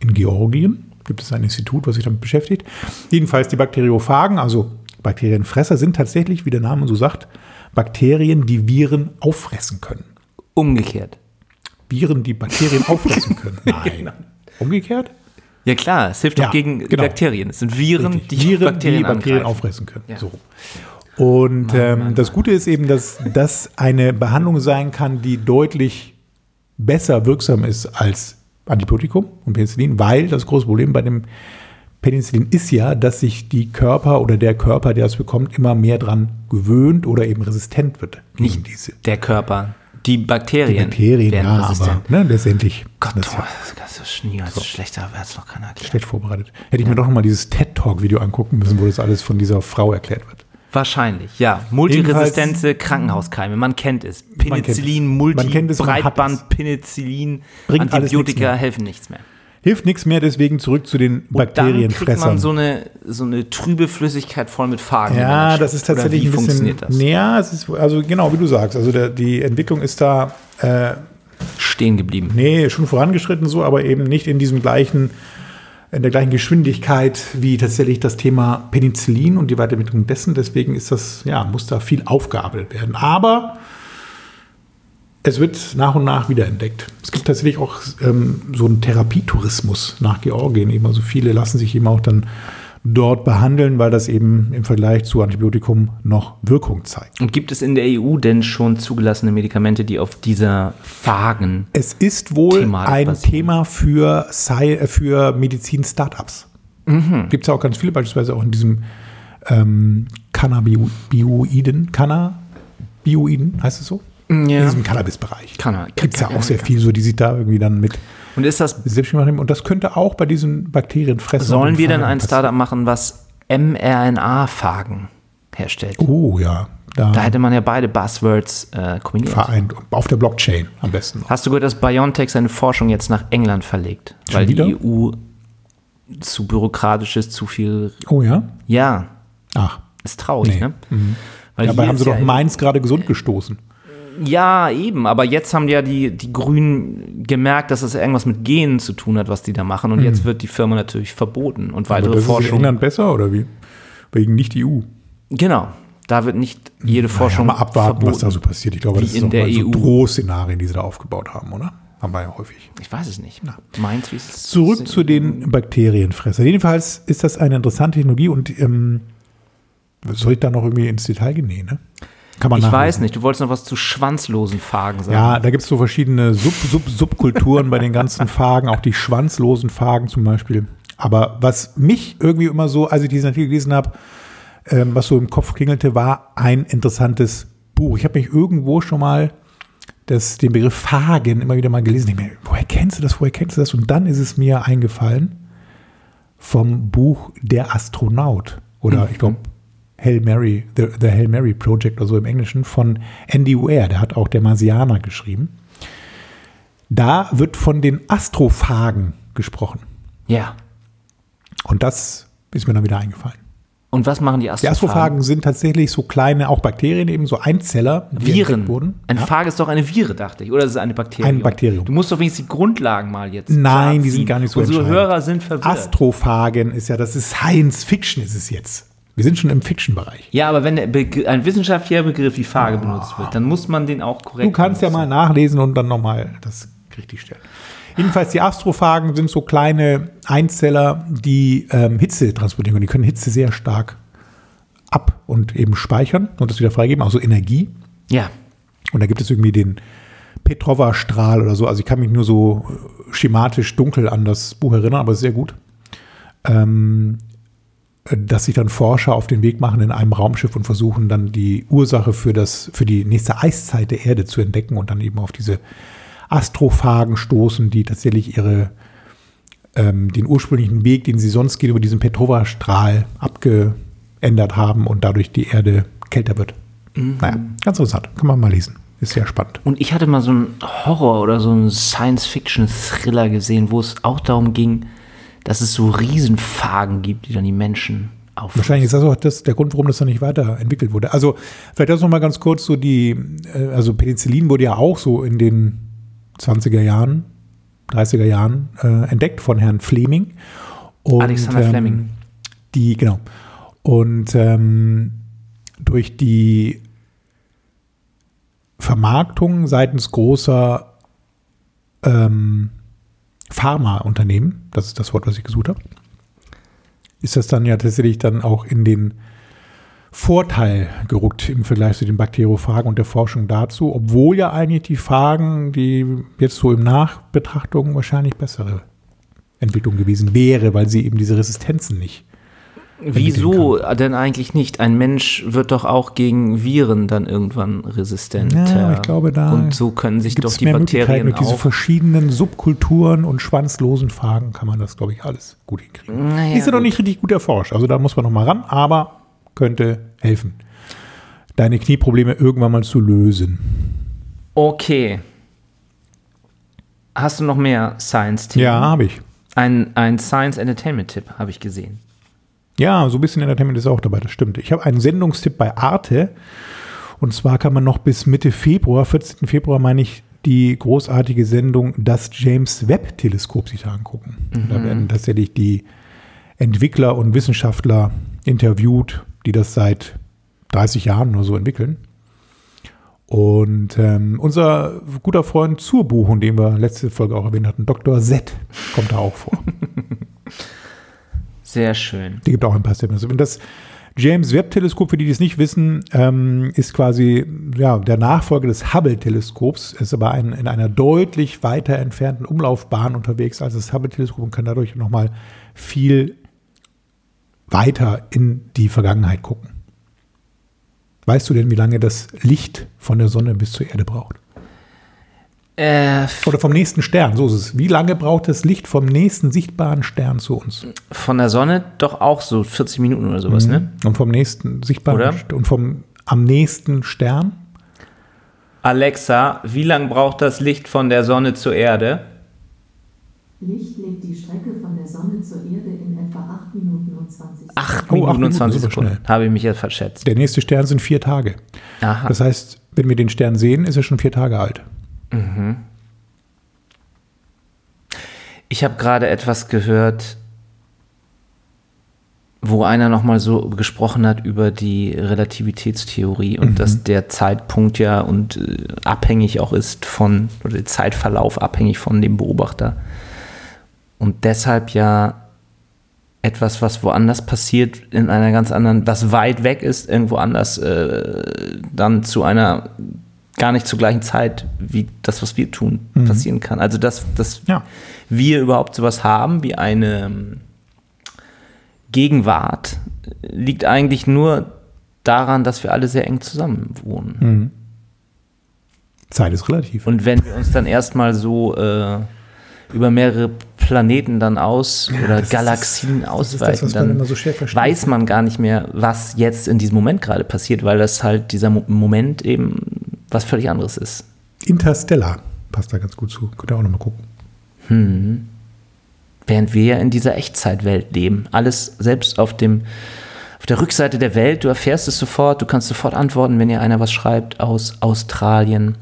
S3: In Georgien gibt es ein Institut, was sich damit beschäftigt. Jedenfalls die Bakteriophagen, also Bakterienfresser, sind tatsächlich, wie der Name so sagt, Bakterien, die Viren auffressen können.
S2: Umgekehrt.
S3: Viren, die Bakterien auffressen können. Nein. Umgekehrt?
S2: Ja klar, es hilft
S3: Ja,
S2: doch gegen
S3: genau.
S2: Bakterien. Es sind Viren,
S3: Richtig.
S2: die
S3: Viren,
S2: Bakterien,
S3: die Bakterien
S2: angreifen.
S3: auffressen können. So. Und ähm, das Gute ist eben, dass das eine Behandlung sein kann, die deutlich besser wirksam ist als Antibiotikum und Penicillin, weil das große Problem bei dem Penicillin ist ja, dass sich die Körper oder der Körper, der es bekommt, immer mehr dran gewöhnt oder eben resistent wird. Nicht diese
S2: Der Körper. Die Bakterien,
S3: Hm. Bakterien,
S2: werden
S3: ja, aber
S2: resistent.
S3: ne, letztendlich.
S2: Gott,
S3: das
S2: das, das ist nie als schlechter, wäre es noch keiner erklärt.
S3: schlecht vorbereitet. Hätte ich mir doch nochmal dieses TED-Talk-Video angucken müssen, wo das alles von dieser Frau erklärt wird.
S2: Wahrscheinlich, ja. Multiresistente Krankenhauskeime, man kennt es.
S3: Man kennt es.
S2: Penicillin,
S3: Man kennt
S2: Multi,
S3: es, man hat
S2: Breitband, Penicillin,
S3: Bringt alles nichts
S2: Antibiotika
S3: mehr.
S2: helfen nichts mehr.
S3: Hilft nichts mehr, deswegen zurück zu den
S2: Dann kriegt
S3: Bakterienfressern.
S2: man so eine, so eine trübe Flüssigkeit voll mit Phagen. in der
S3: ja,
S2: Mannschaft.
S3: das ist
S2: Oder
S3: tatsächlich
S2: wie
S3: ein bisschen.
S2: funktioniert das?
S3: Ja, es ist, also genau, wie du sagst. Also der, die Entwicklung ist da, äh,
S2: Stehen geblieben.
S3: nee, schon vorangeschritten so, aber eben nicht in diesem gleichen, in der gleichen Geschwindigkeit wie tatsächlich das Thema Penicillin und die Weiterentwicklung dessen. Deswegen ist das, ja, muss da viel aufgearbeitet werden. Aber es wird nach und nach wiederentdeckt. Es gibt tatsächlich auch ähm, so einen Therapietourismus nach Georgien. Eben also viele lassen sich eben auch dann dort behandeln, weil das eben im Vergleich zu Antibiotikum noch Wirkung zeigt.
S2: Und gibt es in der EU denn schon zugelassene Medikamente, die auf dieser Phagen
S3: Es ist wohl
S2: Thematik
S3: ein
S2: basieren.
S3: Thema für, Sci- äh, für Medizin-Startups.
S2: Mhm.
S3: Gibt es ja auch ganz viele, beispielsweise auch in diesem ähm, Cannabioiden. Cannabioiden, heißt es so? In
S2: Mm, Ja.
S3: diesem Cannabis-Bereich.
S2: Canna-
S3: Gibt es ja auch sehr
S2: Canna-
S3: viel so, die sich da irgendwie dann mit
S2: Und ist das,
S3: selbst gemacht haben. Und das könnte auch bei diesen Bakterien fressen.
S2: sollen wir denn
S3: dann
S2: ein Startup machen, was mRNA-Phagen herstellt?
S3: Oh ja, da,
S2: Da hätte man ja beide Buzzwords äh, kombiniert.
S3: vereint. Auf der Blockchain am besten.
S2: Hast du gehört, dass BioNTech seine Forschung jetzt nach England verlegt? weil
S3: wieder?
S2: die EU zu bürokratisch ist, zu viel.
S3: Oh ja?
S2: Ja,
S3: Ach,
S2: ist traurig,
S3: Nee.
S2: ne? Weil
S3: dabei
S2: hier
S3: Ah. haben
S2: ist
S3: sie doch
S2: ja,
S3: Mainz gerade gesund gestoßen.
S2: Ja, eben, aber jetzt haben ja die, die Grünen gemerkt, dass das irgendwas mit Genen zu tun hat, was die da machen. Und jetzt wird die Firma natürlich verboten und
S3: Mhm. Aber
S2: weitere
S3: das ist in
S2: Also Forschung.
S3: England besser oder wie? Wegen nicht EU.
S2: Genau. Da wird nicht jede Forschung.
S3: Mhm. mal abwarten,
S2: verboten.
S3: was da so passiert. Ich glaube,
S2: Wie
S3: das ist
S2: in
S3: doch
S2: der E
S3: mal so
S2: EU.
S3: Drohszenarien, die sie da aufgebaut haben, oder? Haben wir ja häufig.
S2: Ich weiß es nicht. Meins, wie ist es?
S3: Zurück zu den Bakterienfressern. Jedenfalls ist das eine interessante Technologie und ähm, soll ich da noch irgendwie ins Detail gehen? Nee, ne? Kann man
S2: Ich
S3: nachlesen.
S2: weiß nicht, du wolltest noch was zu schwanzlosen Phagen sagen.
S3: Ja, da gibt es so verschiedene Sub, Sub, Subkulturen bei den ganzen Phagen, auch die schwanzlosen Phagen zum Beispiel. Aber was mich irgendwie immer so, als ich diesen Artikel gelesen habe, ähm, was so im Kopf klingelte, war ein interessantes Buch. Ich habe mich irgendwo schon mal das, den Begriff Phagen immer wieder mal gelesen. Ich mir, woher kennst du das, woher kennst du das? Und dann ist es mir eingefallen vom Buch Der Astronaut oder
S2: Mhm.
S3: ich glaube Hail Mary, The, The Hail Mary Project oder so im Englischen von Andy Ware, der hat auch Der Marsianer geschrieben. Da wird von den Astrophagen gesprochen.
S2: Ja.
S3: Und das ist mir dann wieder eingefallen.
S2: Und was machen die
S3: Die
S2: Astrophagen?
S3: Astrophagen sind tatsächlich so kleine, auch Bakterien eben, so Einzeller, die entdeckt
S2: Viren.
S3: wurden.
S2: Ein Phag ist doch eine Vire, dachte ich. Oder ist es eine Bakterium?
S3: Ein Bakterium.
S2: Du musst doch wenigstens die Grundlagen mal jetzt.
S3: Nein,
S2: klar
S3: die sind
S2: ziehen.
S3: gar nicht so
S2: Unsere
S3: entscheidend.
S2: Hörer sind verwirrt.
S3: Astrophagen ist ja, das ist Science Fiction ist es jetzt. Wir sind schon im Fiction-Bereich.
S2: ja, aber wenn der Begr- ein wissenschaftlicher Begriff wie Phage benutzt wird, dann muss man den auch korrekt
S3: Du kannst ja mal nachlesen und dann nochmal das richtig stellen. Jedenfalls, die Astrophagen sind so kleine Einzeller, die ähm, Hitze transportieren können. Die können Hitze sehr stark ab und eben speichern und das wieder freigeben, also Energie.
S2: Ja.
S3: Und da gibt es irgendwie den Petrova-Strahl oder so. Also ich kann mich nur so äh, schematisch dunkel an das Buch erinnern, aber es ist sehr gut. Ähm, äh, dass sich dann Forscher auf den Weg machen in einem Raumschiff und versuchen dann die Ursache für, das, für die nächste Eiszeit der Erde zu entdecken und dann eben auf diese Astrophagen stoßen, die tatsächlich ihre ähm, den ursprünglichen Weg, den sie sonst gehen, über diesen Petrova-Strahl abgeändert haben und dadurch die Erde kälter wird. Naja, ganz interessant. Kann man mal lesen. Ist sehr spannend.
S2: Und ich hatte mal so einen Horror oder so einen Science-Fiction-Thriller gesehen, wo es auch darum ging, dass es so Riesenphagen gibt, die dann die Menschen auf.
S3: Wahrscheinlich ist das auch das, der Grund, warum das noch nicht weiterentwickelt wurde. Also, vielleicht das nochmal ganz kurz, so die, äh, also Penicillin wurde ja auch so in den 20er Jahren, 30er Jahren äh, entdeckt von Herrn Fleming. Und, ähm,
S2: Alexander Fleming.
S3: Die, genau. Und ähm, durch die Vermarktung seitens großer ähm, Pharmaunternehmen, das ist das Wort, was ich gesucht habe, ist das dann ja tatsächlich dann auch in den Vorteil gerückt im Vergleich zu den Bakterophagen und der Forschung dazu, obwohl ja eigentlich die Phagen, die jetzt so im Nachbetrachtung wahrscheinlich bessere Entwicklung gewesen wäre, weil sie eben diese Resistenzen nicht.
S2: Wieso denn eigentlich nicht? Ein Mensch wird doch auch gegen Viren dann irgendwann resistent.
S3: Ja, ich glaube, da
S2: Und so können sich
S3: Gibt's
S2: doch die Bakterien
S3: mit diesen
S2: auch.
S3: verschiedenen Subkulturen und schwanzlosen Phagen kann man das, glaube ich, alles gut hinkriegen.
S2: Naja,
S3: ist ja noch
S2: gut.
S3: nicht richtig gut erforscht. Also da muss man noch mal ran, aber könnte helfen, deine Knieprobleme irgendwann mal zu lösen.
S2: Okay. Hast du noch mehr Science-Themen?
S3: Ja, habe ich.
S2: Ein, ein Science-Entertainment-Tipp habe ich gesehen.
S3: Ja, so ein bisschen Entertainment ist auch dabei, das stimmt. Ich habe einen Sendungstipp bei Arte. Und zwar kann man noch bis Mitte Februar, 14. Februar meine ich, die großartige Sendung Das James Webb Teleskop sich da angucken. Da werden tatsächlich die Entwickler und Wissenschaftler interviewt, die das seit 30 Jahren nur so entwickeln. Und ähm, unser guter Freund Zurbuchen, den wir letzte Folge auch erwähnt hatten, Dr. Z, kommt da auch vor.
S2: Sehr schön.
S3: Die gibt auch ein paar Statements. Und das James Webb Teleskop, für die, die es nicht wissen, ähm, ist quasi ja, der Nachfolger des Hubble Teleskops, ist aber ein, in einer deutlich weiter entfernten Umlaufbahn unterwegs als das Hubble Teleskop und kann dadurch nochmal viel weiter in die Vergangenheit gucken. Weißt du denn, wie lange das Licht von der Sonne bis zur Erde braucht?
S2: Äh,
S3: Oder vom nächsten Stern, so ist es. Wie lange braucht das Licht vom nächsten sichtbaren Stern zu uns?
S2: von der Sonne doch auch so 40 Minuten oder sowas, ne?
S3: Und vom nächsten sichtbaren
S2: Oder?
S3: St- und vom am nächsten Stern.
S2: Alexa, wie lang braucht das Licht von der Sonne zur Erde?
S4: Licht legt die Strecke von der Sonne zur Erde in etwa 8 Minuten und 20 Sekunden.
S2: 8
S3: Oh, acht
S2: Minuten und
S3: Minuten,
S2: 20
S3: super
S2: Sekunden. Habe ich mich jetzt verschätzt.
S3: Der nächste Stern sind vier Tage.
S2: Aha.
S3: Das heißt, wenn wir den Stern sehen, ist er schon vier Tage alt.
S2: Ich habe gerade etwas gehört, wo einer nochmal so gesprochen hat über die Relativitätstheorie und dass der Zeitpunkt ja und äh, abhängig auch ist von, oder der Zeitverlauf abhängig von dem Beobachter. Und deshalb ja etwas, was woanders passiert, in einer ganz anderen, was weit weg ist, irgendwo anders, äh, dann zu einer gar nicht zur gleichen Zeit, wie das, was wir tun, passieren kann. Also, dass, dass
S3: Ja.
S2: wir überhaupt sowas haben wie eine ähm, Gegenwart, äh, liegt eigentlich nur daran, dass wir alle sehr eng zusammen wohnen.
S3: Hm. Zeit ist relativ.
S2: Und wenn wir uns dann erstmal so äh, über mehrere Planeten dann aus oder
S3: das
S2: Galaxien
S3: das ist das,
S2: ausweiten,
S3: was man
S2: dann
S3: immer so schwer versteht.
S2: weiß man gar nicht mehr, was jetzt in diesem Moment gerade passiert, weil das halt dieser Mo Moment eben was völlig anderes ist.
S3: Interstellar passt da ganz gut zu. Könnt ihr auch nochmal gucken.
S2: Während wir ja in dieser Echtzeitwelt leben. Alles selbst auf dem auf der Rückseite der Welt. Du erfährst es sofort, du kannst sofort antworten, wenn dir einer was schreibt aus Australien.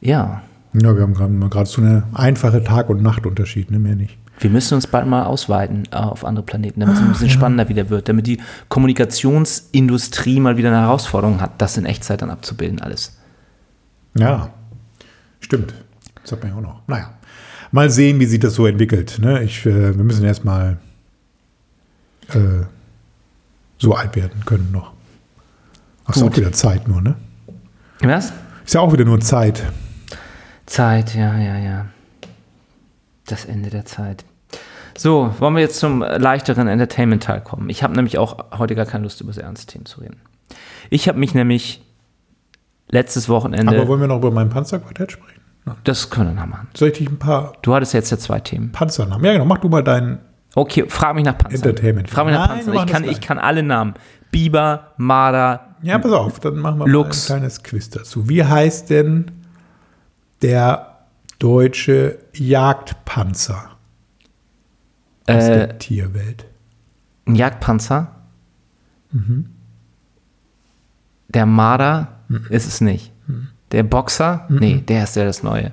S2: Ja,
S3: Ja, wir haben gerade mal gerade so eine einfache Tag- und Nachtunterschied, ne? Mehr nicht.
S2: wir müssen uns bald mal ausweiten äh, auf andere Planeten, damit es ein bisschen spannender wieder wird, damit die Kommunikationsindustrie mal wieder eine Herausforderung hat, das in Echtzeit dann abzubilden alles.
S3: Ja, stimmt. Das hat man ja auch noch. Naja, mal sehen, wie sich das so entwickelt. Ne? Ich, äh, wir müssen erstmal äh, so alt werden können noch. Ach, ist
S2: Gut.
S3: auch wieder Zeit nur, ne?
S2: Was?
S3: Ist ja auch wieder nur Zeit.
S2: Ne. Zeit, ja, ja, ja. Das Ende der Zeit. So, wollen wir jetzt zum äh, leichteren Entertainment-Teil kommen. Ich habe nämlich auch heute gar keine Lust, über das Ernstthema zu reden. Ich habe mich nämlich letztes Wochenende.
S3: Aber wollen wir noch über mein Panzerquartett sprechen?
S2: das können wir dann machen.
S3: Soll ich dich ein paar
S2: Du hattest jetzt ja zwei Themen.
S3: Panzernamen? Ja, genau. Mach du mal deinen.
S2: Okay, frag mich nach Panzer.
S3: Entertainment.
S2: Frag mich nach
S3: Nein, wir
S2: Panzer. Ich
S3: machen das
S2: kann, ich
S3: gleich.
S2: kann alle Namen. Biber, Marder.
S3: Ja, pass auf, dann machen wir
S2: Lux.
S3: mal ein kleines Quiz dazu. Wie heißt denn der deutsche Jagdpanzer aus
S2: Äh,
S3: der Tierwelt?
S2: ein Jagdpanzer. Mhm. Der Marder ist es nicht. Der Boxer? Nee, der ist ja das Neue.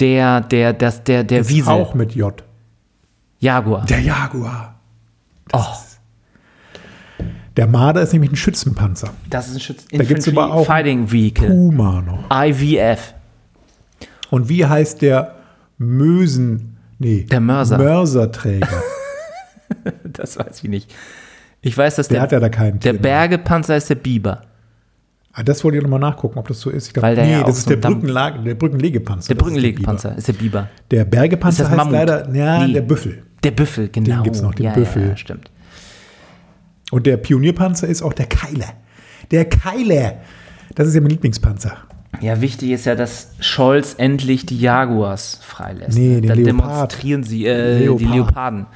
S2: Der, der, das, der, der
S3: Ist
S2: Wiesel.
S3: Auch mit J.
S2: Jaguar.
S3: Der Jaguar.
S2: oh,
S3: Der Marder ist nämlich ein Schützenpanzer.
S2: das ist ein Schütz.
S3: gibt's
S2: Infantry
S3: aber auch-
S2: Fighting Vehicle.
S3: Puma noch.
S2: IVF.
S3: Und wie heißt der Mösen? Nee,
S2: Der Mörser.
S3: Mörserträger.
S2: Das weiß ich nicht. Ich weiß, dass
S3: Der
S2: der,
S3: hat ja da keinen
S2: der
S3: Tier.
S2: Bergepanzer ist der Biber.
S3: Ah, das wollte ich nochmal nachgucken, ob das so ist. Ich glaub,
S2: Weil der
S3: nee,
S2: ja auch
S3: das ist
S2: so
S3: der,
S2: ein Damm-
S3: Brückenlage, der Brückenlegepanzer.
S2: Der
S3: Das ist
S2: Brückenlegepanzer ist der Biber.
S3: Biber. Der Bergepanzer
S2: Ist das
S3: heißt
S2: Mammut?
S3: leider ja,
S2: Nee.
S3: der Büffel.
S2: Der Büffel, genau.
S3: gibt's noch, den
S2: ja, Ja,
S3: Büffel.
S2: ja, stimmt.
S3: Und der Pionierpanzer ist auch der Keiler. Der Keiler. Das ist ja mein Lieblingspanzer.
S2: Ja, wichtig ist ja, dass Scholz endlich die Jaguars freilässt. Ne?
S3: Nee, den
S2: Dann
S3: Leopard.
S2: demonstrieren sie äh,
S3: Leopard.
S2: die Leoparden.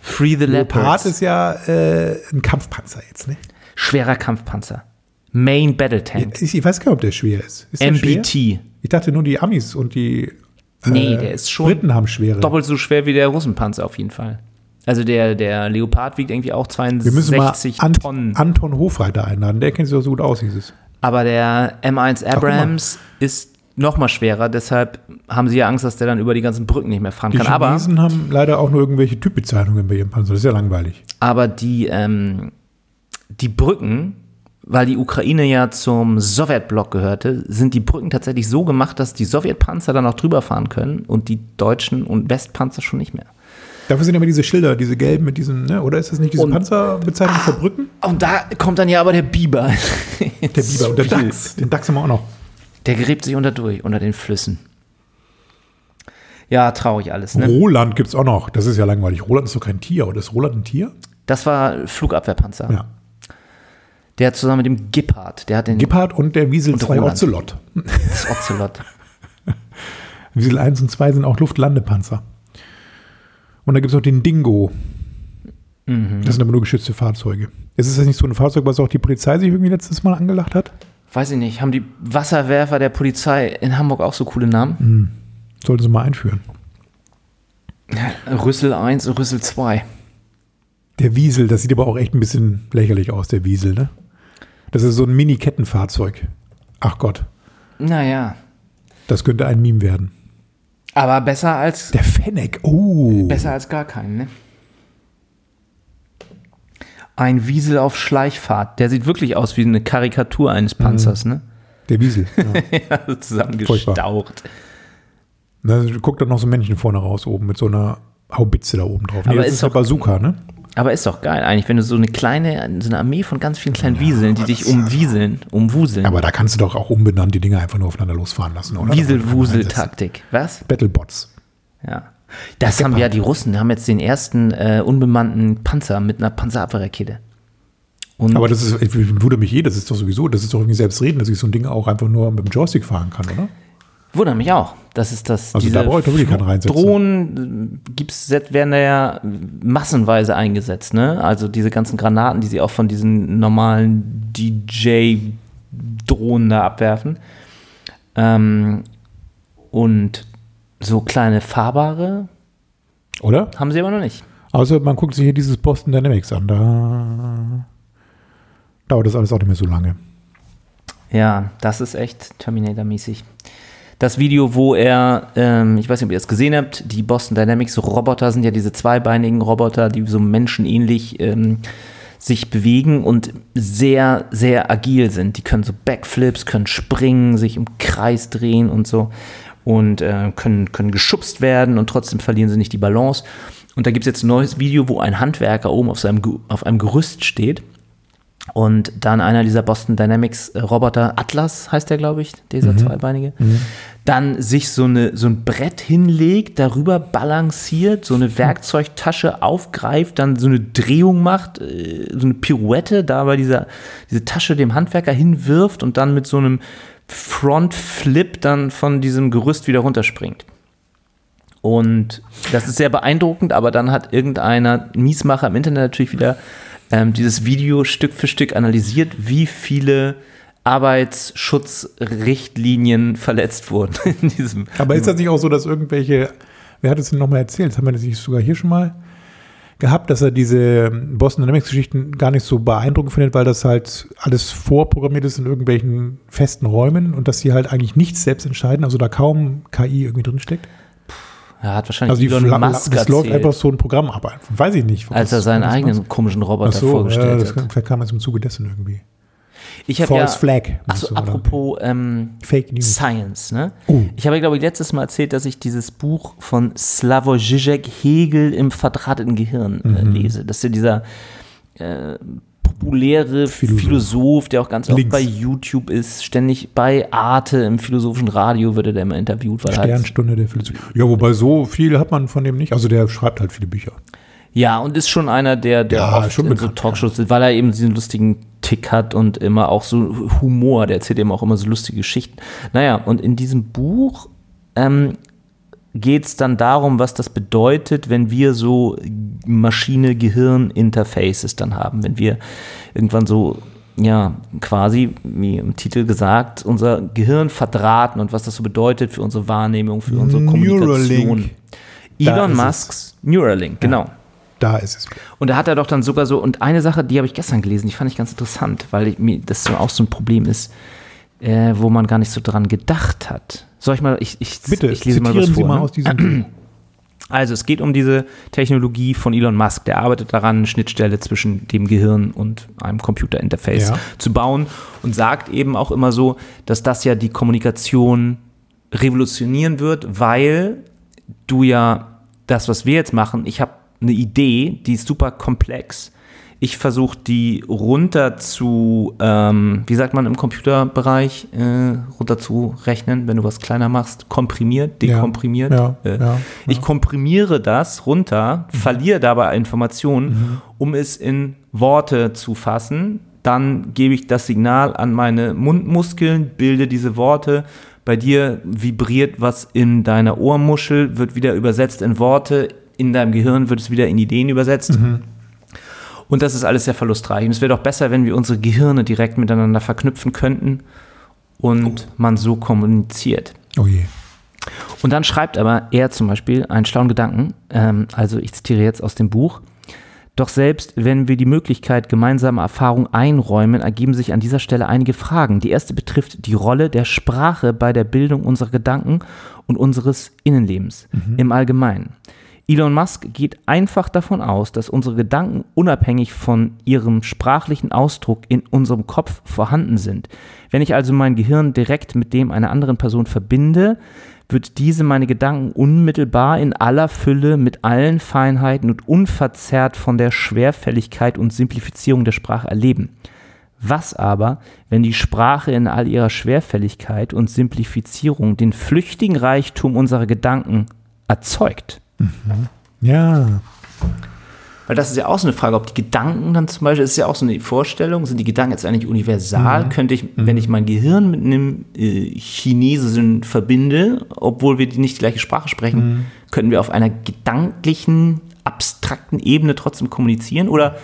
S2: Free the
S3: Leopard
S2: Leopards.
S3: ist ja äh, ein Kampfpanzer jetzt. Ne?
S2: Schwerer Kampfpanzer. Main Battle Tank.
S3: Ich, ich weiß gar nicht, ob der schwer ist. ist der Schwer?
S2: MBT.
S3: Ich dachte nur die Amis und die äh,
S2: Nee, der ist schon
S3: Briten haben schwere.
S2: doppelt so schwer wie der Russenpanzer auf jeden Fall. Also der, der Leopard wiegt irgendwie auch
S3: Wir müssen
S2: 62
S3: mal Ant
S2: Tonnen.
S3: Anton Hofreiter einladen. Der kennt sich doch so gut aus, dieses.
S2: Aber der M1 Abrams ist noch mal schwerer. Deshalb haben sie ja Angst, dass der dann über die ganzen Brücken nicht mehr fahren
S3: Die
S2: kann. Aber
S3: Chinesen haben leider auch nur irgendwelche Typbezeichnungen bei ihrem Panzer. Das ist ja langweilig.
S2: Aber die, ähm, die Brücken, weil die Ukraine ja zum Sowjetblock gehörte, sind die Brücken tatsächlich so gemacht, dass die Sowjetpanzer dann auch drüber fahren können und die deutschen und Westpanzer schon nicht mehr.
S3: Dafür sind immer diese Schilder, diese gelben mit diesen, ne? oder ist das nicht diese
S2: Und-
S3: Panzerbezeichnung für Brücken?
S2: Und da kommt dann ja aber der Biber.
S3: Der Biber und der Dachs. Den Dachs haben wir auch noch.
S2: Der gräbt sich unter durch, unter den Flüssen. Ja, traurig alles, ne?
S3: Roland gibt es auch noch. Das ist ja langweilig. Roland ist doch kein Tier, oder? Ist Roland ein Tier?
S2: Das war Flugabwehrpanzer.
S3: Ja.
S2: Der hat zusammen mit dem Gippard, der hat den
S3: Gippard und der Wiesel 2
S2: Roland.
S3: Ocelot.
S2: das Ocelot.
S3: Wiesel 1 und 2 sind auch Luftlandepanzer. Und da gibt es noch den Dingo. Das sind aber nur geschützte Fahrzeuge. Ist es das nicht so ein Fahrzeug, was auch die Polizei sich irgendwie letztes Mal angelacht hat?
S2: Weiß ich nicht, haben die Wasserwerfer der Polizei in Hamburg auch so coole Namen?
S3: Sollten sie mal einführen. Mhm.
S2: Rüssel 1 und Rüssel 2.
S3: Der Wiesel, das sieht aber auch echt ein bisschen lächerlich aus, der Wiesel, ne? Das ist so ein Mini-Kettenfahrzeug. Ach Gott,
S2: Naja.
S3: das könnte ein Meme werden.
S2: Aber besser als,
S3: Der Fennec, oh.
S2: besser als gar keinen, ne? Ein Wiesel auf Schleichfahrt. Der sieht wirklich aus wie eine Karikatur eines Panzers, ne?
S3: Der Wiesel. Mhm. Ja.
S2: Also zusammengestaucht.
S3: Na, guckt dann noch so ein Männchen vorne raus oben mit so einer Haubitze da oben drauf. Nee,
S2: Aber
S3: das
S2: ist
S3: ist eine
S2: doch- Mhm.
S3: Bazooka, ne?
S2: Aber ist doch geil eigentlich, wenn du so eine kleine, so eine Armee von ganz vielen kleinen Wieseln, die dich umwieseln, umwuseln.
S3: Aber da kannst du doch auch unbenannt die Dinger einfach nur aufeinander losfahren lassen, oder?
S2: Wieselwusel-Taktik. Was?
S3: Battlebots.
S2: Ja. Das haben ja die Russen, haben jetzt den ersten äh, unbemannten Panzer mit einer Panzerabwehrrakete. Und
S3: Aber das ist, ich wundere mich eh, das ist doch sowieso, das ist doch irgendwie selbstredend, dass ich so ein Ding auch einfach nur mit dem Joystick fahren kann, oder?
S2: Wundert mich auch. Das ist das.
S3: Also da brauche ich doch wirklich keinen reinsetzen.
S2: Drohnen äh, gibt's, werden da ja massenweise eingesetzt, ne? Also diese ganzen Granaten, die sie auch von diesen normalen DJ-Drohnen da abwerfen. Ähm, und so kleine fahrbare
S3: Oder?
S2: haben sie aber noch nicht.
S3: Außer Also man guckt sich hier dieses Boston Dynamics an. Da dauert das alles auch nicht mehr so lange.
S2: Ja, das ist echt Terminator-mäßig. Das Video, wo er, ähm, ich weiß nicht, ob ihr das gesehen habt, die Boston Dynamics Roboter sind ja diese zweibeinigen Roboter, die so menschenähnlich ähm, sich bewegen und sehr, sehr agil sind. Die können so Backflips, können springen, sich im Kreis drehen und so und äh, können, können geschubst werden und trotzdem verlieren sie nicht die Balance. Und da gibt es jetzt ein neues Video, wo ein Handwerker oben auf, seinem, Ge- auf einem Gerüst steht und dann einer dieser Boston Dynamics äh, Roboter, Atlas heißt der, glaube ich, dieser zweibeinige, dann sich so, eine, so ein Brett hinlegt, darüber balanciert, so eine Werkzeugtasche aufgreift, dann so eine Drehung macht, äh, so eine Pirouette, dabei dieser, diese Tasche dem Handwerker hinwirft und dann mit so einem Frontflip dann von diesem Gerüst wieder runterspringt. Und das ist sehr beeindruckend, aber dann hat irgendeiner Miesmacher im Internet natürlich wieder ähm, dieses Video Stück für Stück analysiert, wie viele Arbeitsschutzrichtlinien verletzt wurden in diesem.
S3: Aber ist das nicht auch so, dass irgendwelche, wer hat es denn nochmal erzählt? Das haben wir das nicht sogar hier schon mal gehabt, dass er diese Boston Dynamics Geschichten gar nicht so beeindruckend findet, weil das halt alles vorprogrammiert ist in irgendwelchen festen Räumen und dass sie halt eigentlich nichts selbst entscheiden, also da kaum KI irgendwie drinsteckt.
S2: Ja, hat wahrscheinlich
S3: Also die
S2: Elon
S3: Fla-
S2: Musk
S3: das läuft einfach
S2: erzählt,
S3: so ein Programm ab. einfach. Weiß ich nicht.
S2: als er seinen eigenen komischen Roboter
S3: Ach so, ja,
S2: vorgestellt
S3: das
S2: hat.
S3: kann, vielleicht kam es im Zuge dessen irgendwie.
S2: Ich habe ja.
S3: False Flag.
S2: Achso,
S3: meinst du, oder?
S2: apropos ähm,
S3: Fake News.
S2: Science, ne?
S3: Oh.
S2: Ich habe, glaube ich, letztes Mal erzählt, dass ich dieses Buch von Slavoj Žižek Hegel im verdrahteten Gehirn äh,
S3: Mhm.
S2: lese. Das ist ja dieser äh, populäre Philosoph.
S3: Philosoph.
S2: der auch ganz oft
S3: Links.
S2: bei YouTube ist, ständig bei Arte im philosophischen Radio wird er da immer interviewt, weil er halt
S3: Sternstunde der Philosophie. Ja, wobei so viel hat man von dem nicht. Also der schreibt halt viele Bücher.
S2: Ja, und ist schon einer, der, der
S3: Ja,
S2: oft
S3: schon
S2: in so
S3: bekannt,
S2: Talkshows sitzt, weil er eben diesen lustigen Tick hat und immer auch so Humor, der erzählt eben auch immer so lustige Geschichten. Naja, und in diesem Buch ähm, geht es dann darum, was das bedeutet, wenn wir so Maschine-Gehirn-Interfaces dann haben, wenn wir irgendwann so, ja, quasi, wie im Titel gesagt, unser Gehirn verdrahten und was das so bedeutet für unsere Wahrnehmung, für unsere Kommunikation.
S3: Neuralink. Da
S2: Elon
S3: ist es.
S2: Musks Neuralink, genau.
S3: Da ist es.
S2: Und da hat er doch dann sogar so, und eine Sache, die habe ich gestern gelesen, die fand ich ganz interessant, weil ich, mir das so auch so ein Problem ist, äh, wo man gar nicht so dran gedacht hat. Soll ich mal, ich, ich,
S3: Bitte,
S2: ich lese mal
S3: zitieren
S2: was vor.
S3: Sie mal
S2: ne?
S3: aus diesem Buch.
S2: Also es geht um diese Technologie von Elon Musk. Der arbeitet daran, eine Schnittstelle zwischen dem Gehirn und einem Computerinterface
S3: Ja.
S2: zu bauen und sagt eben auch immer so, dass das ja die Kommunikation revolutionieren wird, weil du ja das, was wir jetzt machen, ich habe eine Idee, die ist super komplex. Ich versuche die runter zu, ähm, wie sagt man im Computerbereich, äh, runter zu rechnen, wenn du was kleiner machst, komprimiert,
S3: Ja,
S2: dekomprimiert.
S3: ja,
S2: äh,
S3: ja,
S2: Ich komprimiere das runter, verliere dabei Informationen, um es in Worte zu fassen. Dann gebe ich das Signal an meine Mundmuskeln, bilde diese Worte. Bei dir vibriert was in deiner Ohrmuschel, wird wieder übersetzt in Worte. In deinem Gehirn wird es wieder in Ideen übersetzt. Und das ist alles sehr verlustreich. Und es wäre doch besser, wenn wir unsere Gehirne direkt miteinander verknüpfen könnten und man so kommuniziert.
S3: Oh je.
S2: Und dann schreibt aber er zum Beispiel einen schlauen Gedanken, ähm, also ich zitiere jetzt aus dem Buch, doch selbst wenn wir die Möglichkeit gemeinsamer Erfahrung einräumen, ergeben sich an dieser Stelle einige Fragen. Die erste betrifft die Rolle der Sprache bei der Bildung unserer Gedanken und unseres Innenlebens im Allgemeinen. Elon Musk geht einfach davon aus, dass unsere Gedanken unabhängig von ihrem sprachlichen Ausdruck in unserem Kopf vorhanden sind. Wenn ich also mein Gehirn direkt mit dem einer anderen Person verbinde, wird diese meine Gedanken unmittelbar in aller Fülle mit allen Feinheiten und unverzerrt von der Schwerfälligkeit und Simplifizierung der Sprache erleben. Was aber, wenn die Sprache in all ihrer Schwerfälligkeit und Simplifizierung den flüchtigen Reichtum unserer Gedanken erzeugt?
S3: Ja.
S2: Weil das ist ja auch so eine Frage, ob die Gedanken dann zum Beispiel, ist ja auch so eine Vorstellung, sind die Gedanken jetzt eigentlich
S3: Mhm.
S2: universal? Könnte ich, wenn ich mein Gehirn mit einem äh, Chinesen verbinde, obwohl wir die nicht die gleiche Sprache sprechen,
S3: Mhm.
S2: könnten wir auf einer gedanklichen, abstrakten Ebene trotzdem kommunizieren? Oder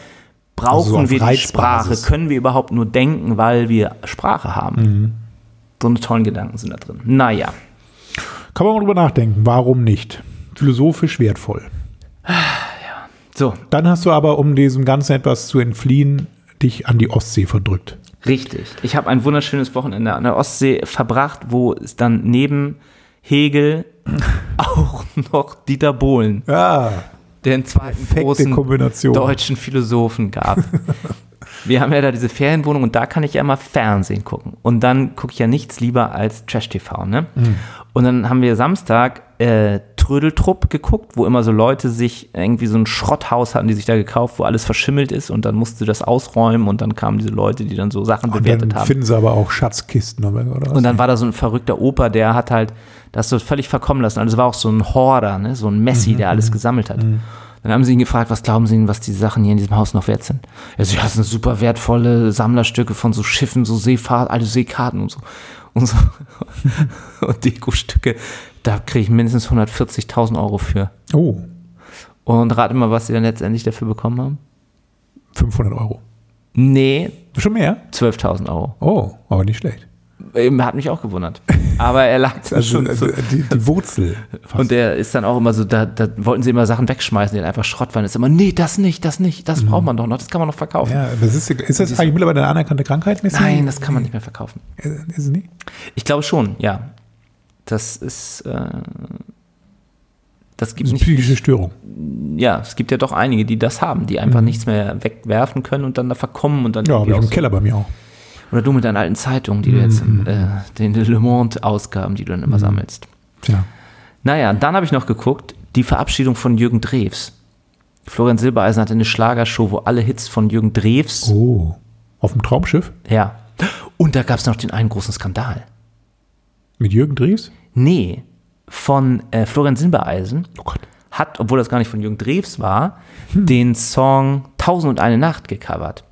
S2: brauchen
S3: Also auf
S2: wir die Sprache?
S3: Reizbasis.
S2: Können wir überhaupt nur denken, weil wir Sprache haben?
S3: Mhm.
S2: So eine tollen Gedanken sind da drin. Naja.
S3: Kann man mal drüber nachdenken. Warum nicht? Philosophisch wertvoll.
S2: So,
S3: Dann hast du aber, um diesem Ganzen etwas zu entfliehen, dich an die Ostsee verdrückt.
S2: Richtig. Ich habe ein wunderschönes Wochenende an der Ostsee verbracht, wo es dann neben Hegel auch noch Dieter Bohlen,
S3: Ja.
S2: den zweiten
S3: Perfekte
S2: großen
S3: Kombination.
S2: deutschen Philosophen gab. Wir haben ja da diese Ferienwohnung und da kann ich ja immer Fernsehen gucken. Und dann gucke ich ja nichts lieber als Trash-TV, ne?
S3: Mhm.
S2: Und dann haben wir Samstag äh, Trödeltrupp geguckt, wo immer so Leute sich irgendwie so ein Schrotthaus hatten, die sich da gekauft, wo alles verschimmelt ist und dann musste das ausräumen und dann kamen diese Leute, die dann so Sachen
S3: Und
S2: bewertet
S3: dann
S2: haben.
S3: finden sie aber auch Schatzkisten oder oder was.
S2: Und dann war da so ein verrückter Opa, der hat halt das so völlig verkommen lassen. Also es war auch so ein Horder, ne? so ein Messi, der alles gesammelt hat. Dann haben sie ihn gefragt, was glauben Sie denn, was die Sachen hier in diesem Haus noch wert sind? Er so, ja, das sind super wertvolle Sammlerstücke von so Schiffen, so Seefahrt, alle Seekarten und so. Und, so. und Dekostücke, da kriege ich mindestens 140.000 Euro für.
S3: oh,
S2: Und rate mal, was sie dann letztendlich dafür bekommen haben?
S3: 500 Euro.
S2: Nee,
S3: Schon mehr?
S2: 12.000 Euro.
S3: Oh, aber nicht schlecht.
S2: Ähm, Hat mich auch gewundert. Aber er lag dann
S3: Also,
S2: schon
S3: also die, die Wurzel. fast.
S2: Und der ist dann auch immer so, da, da wollten sie immer Sachen wegschmeißen, die dann einfach Schrott waren. Ist immer, nee, das nicht, das nicht, das braucht man doch noch, das kann man noch verkaufen.
S3: Mhm. ja, das ist, ist das eigentlich mittlerweile eine anerkannte Krankheit? Nessie?
S2: Nein, das kann man nicht mehr verkaufen.
S3: Äh, Ist es nicht?
S2: Ich glaube schon, ja. Das ist, äh, das gibt
S3: Das ist eine
S2: nicht,
S3: psychische Störung.
S2: ja, es gibt ja doch einige, die das haben, die einfach nichts mehr wegwerfen können und dann da verkommen und dann
S3: Mhm. Ja, habe
S2: irgendwie
S3: ich im
S2: aus-
S3: Keller bei mir auch.
S2: Oder du mit deinen alten Zeitungen, die du jetzt,
S3: Mhm.
S2: im, äh, den Le Monde-Ausgaben, die du dann immer sammelst.
S3: Tja.
S2: Naja, und dann habe ich noch geguckt, die Verabschiedung von Jürgen Drews. Florian Silbereisen hatte eine Schlagershow, wo alle Hits von Jürgen Drews.
S3: Oh. Auf dem Traumschiff?
S2: Ja. Und da gab es noch den einen großen Skandal.
S3: Mit Jürgen Drews?
S2: Nee, von äh, Florian Silbereisen
S3: Oh Gott.
S2: hat, obwohl das gar nicht von Jürgen Drews war, den Song Tausend und eine Nacht gecovert.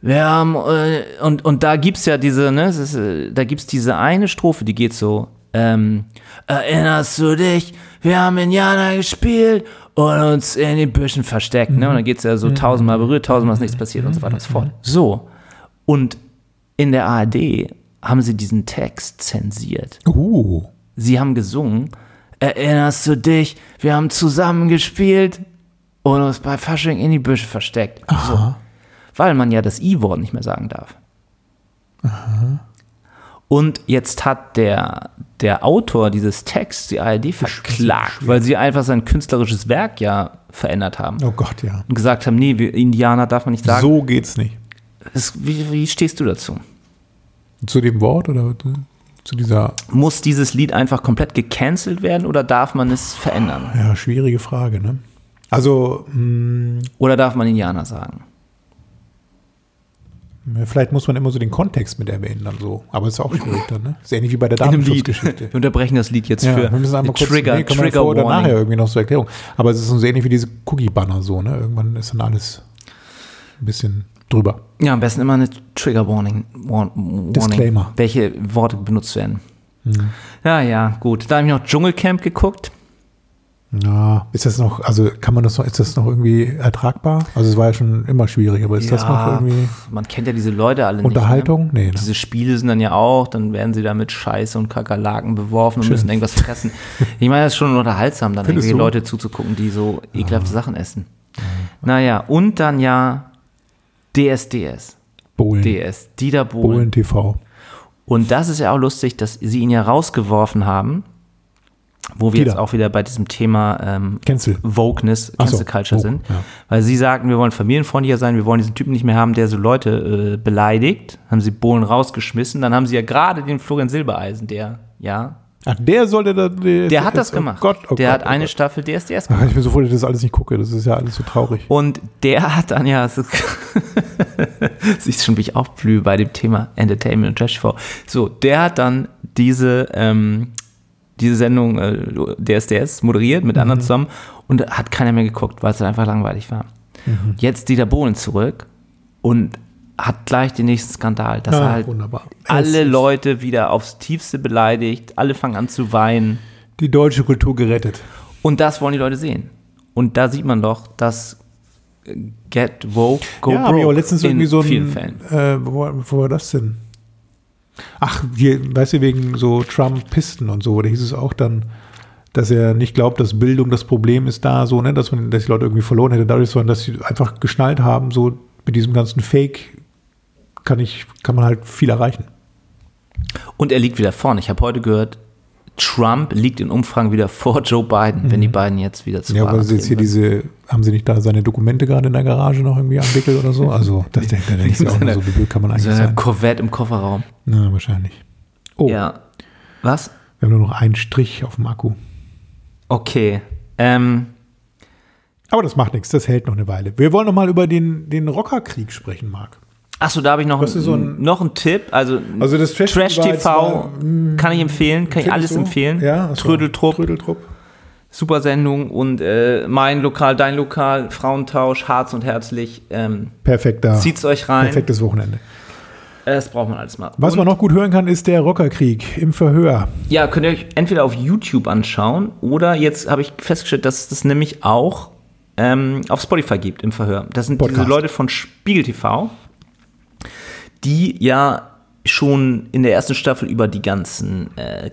S2: Wir haben, äh, und, und da gibt's ja diese, ne, es ist, äh, da gibt's diese eine Strophe, die geht so, ähm, erinnerst du dich, wir haben in Jana gespielt und uns in den Büschen versteckt, ne, und dann geht's ja so tausendmal berührt, tausendmal ist nichts passiert und so weiter und so fort. So, und in der ARD haben sie diesen Text zensiert.
S3: Oh.
S2: Sie haben gesungen. Erinnerst du dich? Wir haben zusammen gespielt und uns bei Fasching in die Büsche versteckt. So. Weil man ja das I-Wort nicht mehr sagen darf. Und jetzt hat der, der Autor dieses Texts die ARD verklagt, weil sie einfach sein künstlerisches Werk ja verändert haben.
S3: Oh Gott, ja.
S2: Und gesagt haben, nee, wir Indianer darf man nicht sagen.
S3: So geht's nicht.
S2: Es- wie, wie stehst du dazu?
S3: Zu dem Wort oder zu- zu dieser,
S2: Muss dieses Lied einfach komplett gecancelt werden oder darf man es verändern?
S3: ja, schwierige Frage, ne? Also, mh,
S2: Oder darf man Indianer sagen?
S3: vielleicht muss man immer so den Kontext mit erwähnen, dann so. Aber ist auch schwierig dann, ne? Ist ähnlich wie bei der
S2: in einem Lied.
S3: Datenschutzgeschichte.
S2: Wir unterbrechen das Lied jetzt
S3: Ja,
S2: für
S3: wir müssen einmal kurz,
S2: Trigger,
S3: nee, kann man
S2: Trigger
S3: vor oder nachher
S2: Warning.
S3: irgendwie noch zur Erklärung. Aber es ist so ähnlich wie diese Cookie-Banner so, ne? Irgendwann ist dann alles ein bisschen drüber.
S2: Ja, am besten immer eine Trigger Warning. War Warning.
S3: Disclaimer. Hm.
S2: Welche Worte benutzt werden. Ja, ja, gut. Da habe ich noch Dschungelcamp geguckt.
S3: Ja, ist das noch, also kann man das noch, ist das noch irgendwie ertragbar? Also es war ja schon immer schwierig, aber ist das noch
S2: Ja,
S3: irgendwie
S2: man kennt ja diese Leute alle nicht.
S3: Unterhaltung? Nee,
S2: Ne?
S3: ne?
S2: Diese Spiele sind dann ja auch, dann werden sie da mit Scheiße und Kakerlaken beworfen und müssen irgendwas fressen. Ich meine, das ist schon unterhaltsam, dann
S3: Findest
S2: irgendwie
S3: du? Ah.
S2: Leute zuzugucken, die so ekelhafte Sachen essen. Naja, und dann ja DSDS.
S3: Bohlen,
S2: DS, Dieter Bohlen.
S3: Bohlen TV.
S2: Und das ist ja auch lustig, dass sie ihn ja rausgeworfen haben, wo wir
S3: Wieder.
S2: jetzt auch wieder bei diesem Thema ähm,
S3: Cancel.
S2: Wokeness,
S3: Ach so,
S2: Cancel Culture
S3: Woke,
S2: sind.
S3: ja.
S2: Weil sie sagten, wir wollen familienfreundlicher sein, wir wollen diesen Typen nicht mehr haben, der so Leute äh, beleidigt. Haben sie Bohlen rausgeschmissen. Dann haben sie ja gerade den Florian Silbereisen, der, ja,
S3: Ach, der sollte da. Der,
S2: der hat das
S3: oh
S2: gemacht.
S3: Gott, oh
S2: der
S3: Gott,
S2: hat eine
S3: Oh Gott.
S2: Staffel DSDS
S3: Ach, ich mir so vor, dass ich das alles nicht gucke. Das ist ja alles so traurig.
S2: Und der hat dann ja, so- siehst schon, wie ich aufblühe bei dem Thema Entertainment und Trash TV. So, der hat dann diese, ähm, diese Sendung äh, DSDS moderiert mit anderen zusammen und hat keiner mehr geguckt, weil es dann einfach langweilig war. Jetzt Dieter Bohlen zurück und hat gleich den nächsten Skandal, dass er
S3: Ah,
S2: halt
S3: wunderbar.
S2: alle
S3: Es ist
S2: Leute wieder aufs Tiefste beleidigt, alle fangen an zu weinen.
S3: Die deutsche Kultur gerettet.
S2: Und das wollen die Leute sehen. Und da sieht man doch, dass äh, Get Woke, Go
S3: ja,
S2: Broke
S3: ich auch letztens irgendwie so ein.
S2: vielen Fällen.
S3: Äh, wo, wo war das denn? Ach, hier, weißt du, wegen so Trumpisten und so, da hieß es auch dann, dass er nicht glaubt, dass Bildung das Problem ist da, so, ne, dass man, dass die Leute irgendwie verloren hätte dadurch, sondern dass sie einfach geschnallt haben, so mit diesem ganzen Fake kann ich, kann man halt viel erreichen.
S2: Und er liegt wieder vorne. Ich habe heute gehört, Trump liegt in Umfragen wieder vor Joe Biden, wenn die beiden jetzt wieder zu
S3: Mhm. Ja,
S2: Wahlen
S3: aber jetzt hier
S2: treten würden.
S3: diese, haben sie nicht da seine Dokumente gerade in der Garage noch irgendwie entwickelt oder so? Also, das denkt er denkt sich auch nur so, wie blöd kann man eigentlich
S2: so eine
S3: sein.
S2: Äh, Corvette im Kofferraum.
S3: Na, wahrscheinlich. Oh,
S2: Ja. Was?
S3: wir haben nur noch einen Strich auf dem Akku.
S2: Okay. Ähm,
S3: Aber das macht nichts, das hält noch eine Weile. Wir wollen noch mal über den, den Rockerkrieg sprechen, Marc.
S2: achso, da habe ich noch,
S3: Das ist so ein-
S2: noch einen Tipp. Also,
S3: Also das Trash-
S2: Trash
S3: war
S2: TV
S3: jetzt mal,
S2: kann ich empfehlen, kann ich alles empfehlen.
S3: Ja, achso.
S2: Trödeltrupp,
S3: Trödeltrupp.
S2: super Sendung und äh, mein Lokal, dein Lokal, Frauentausch, Harz und Herzlich. Ähm,
S3: Perfekter.
S2: Zieht's euch rein. Äh,
S3: Perfektes Wochenende.
S2: das braucht man alles mal.
S3: Was
S2: und,
S3: man noch gut hören kann, ist der Rockerkrieg im Verhör.
S2: Ja, könnt ihr euch entweder auf YouTube anschauen oder jetzt habe ich festgestellt, dass es das nämlich auch ähm, auf Spotify gibt im Verhör. Das sind
S3: Podcast.
S2: diese Leute von Spiegel TV, die ja schon in der ersten Staffel über die ganzen äh,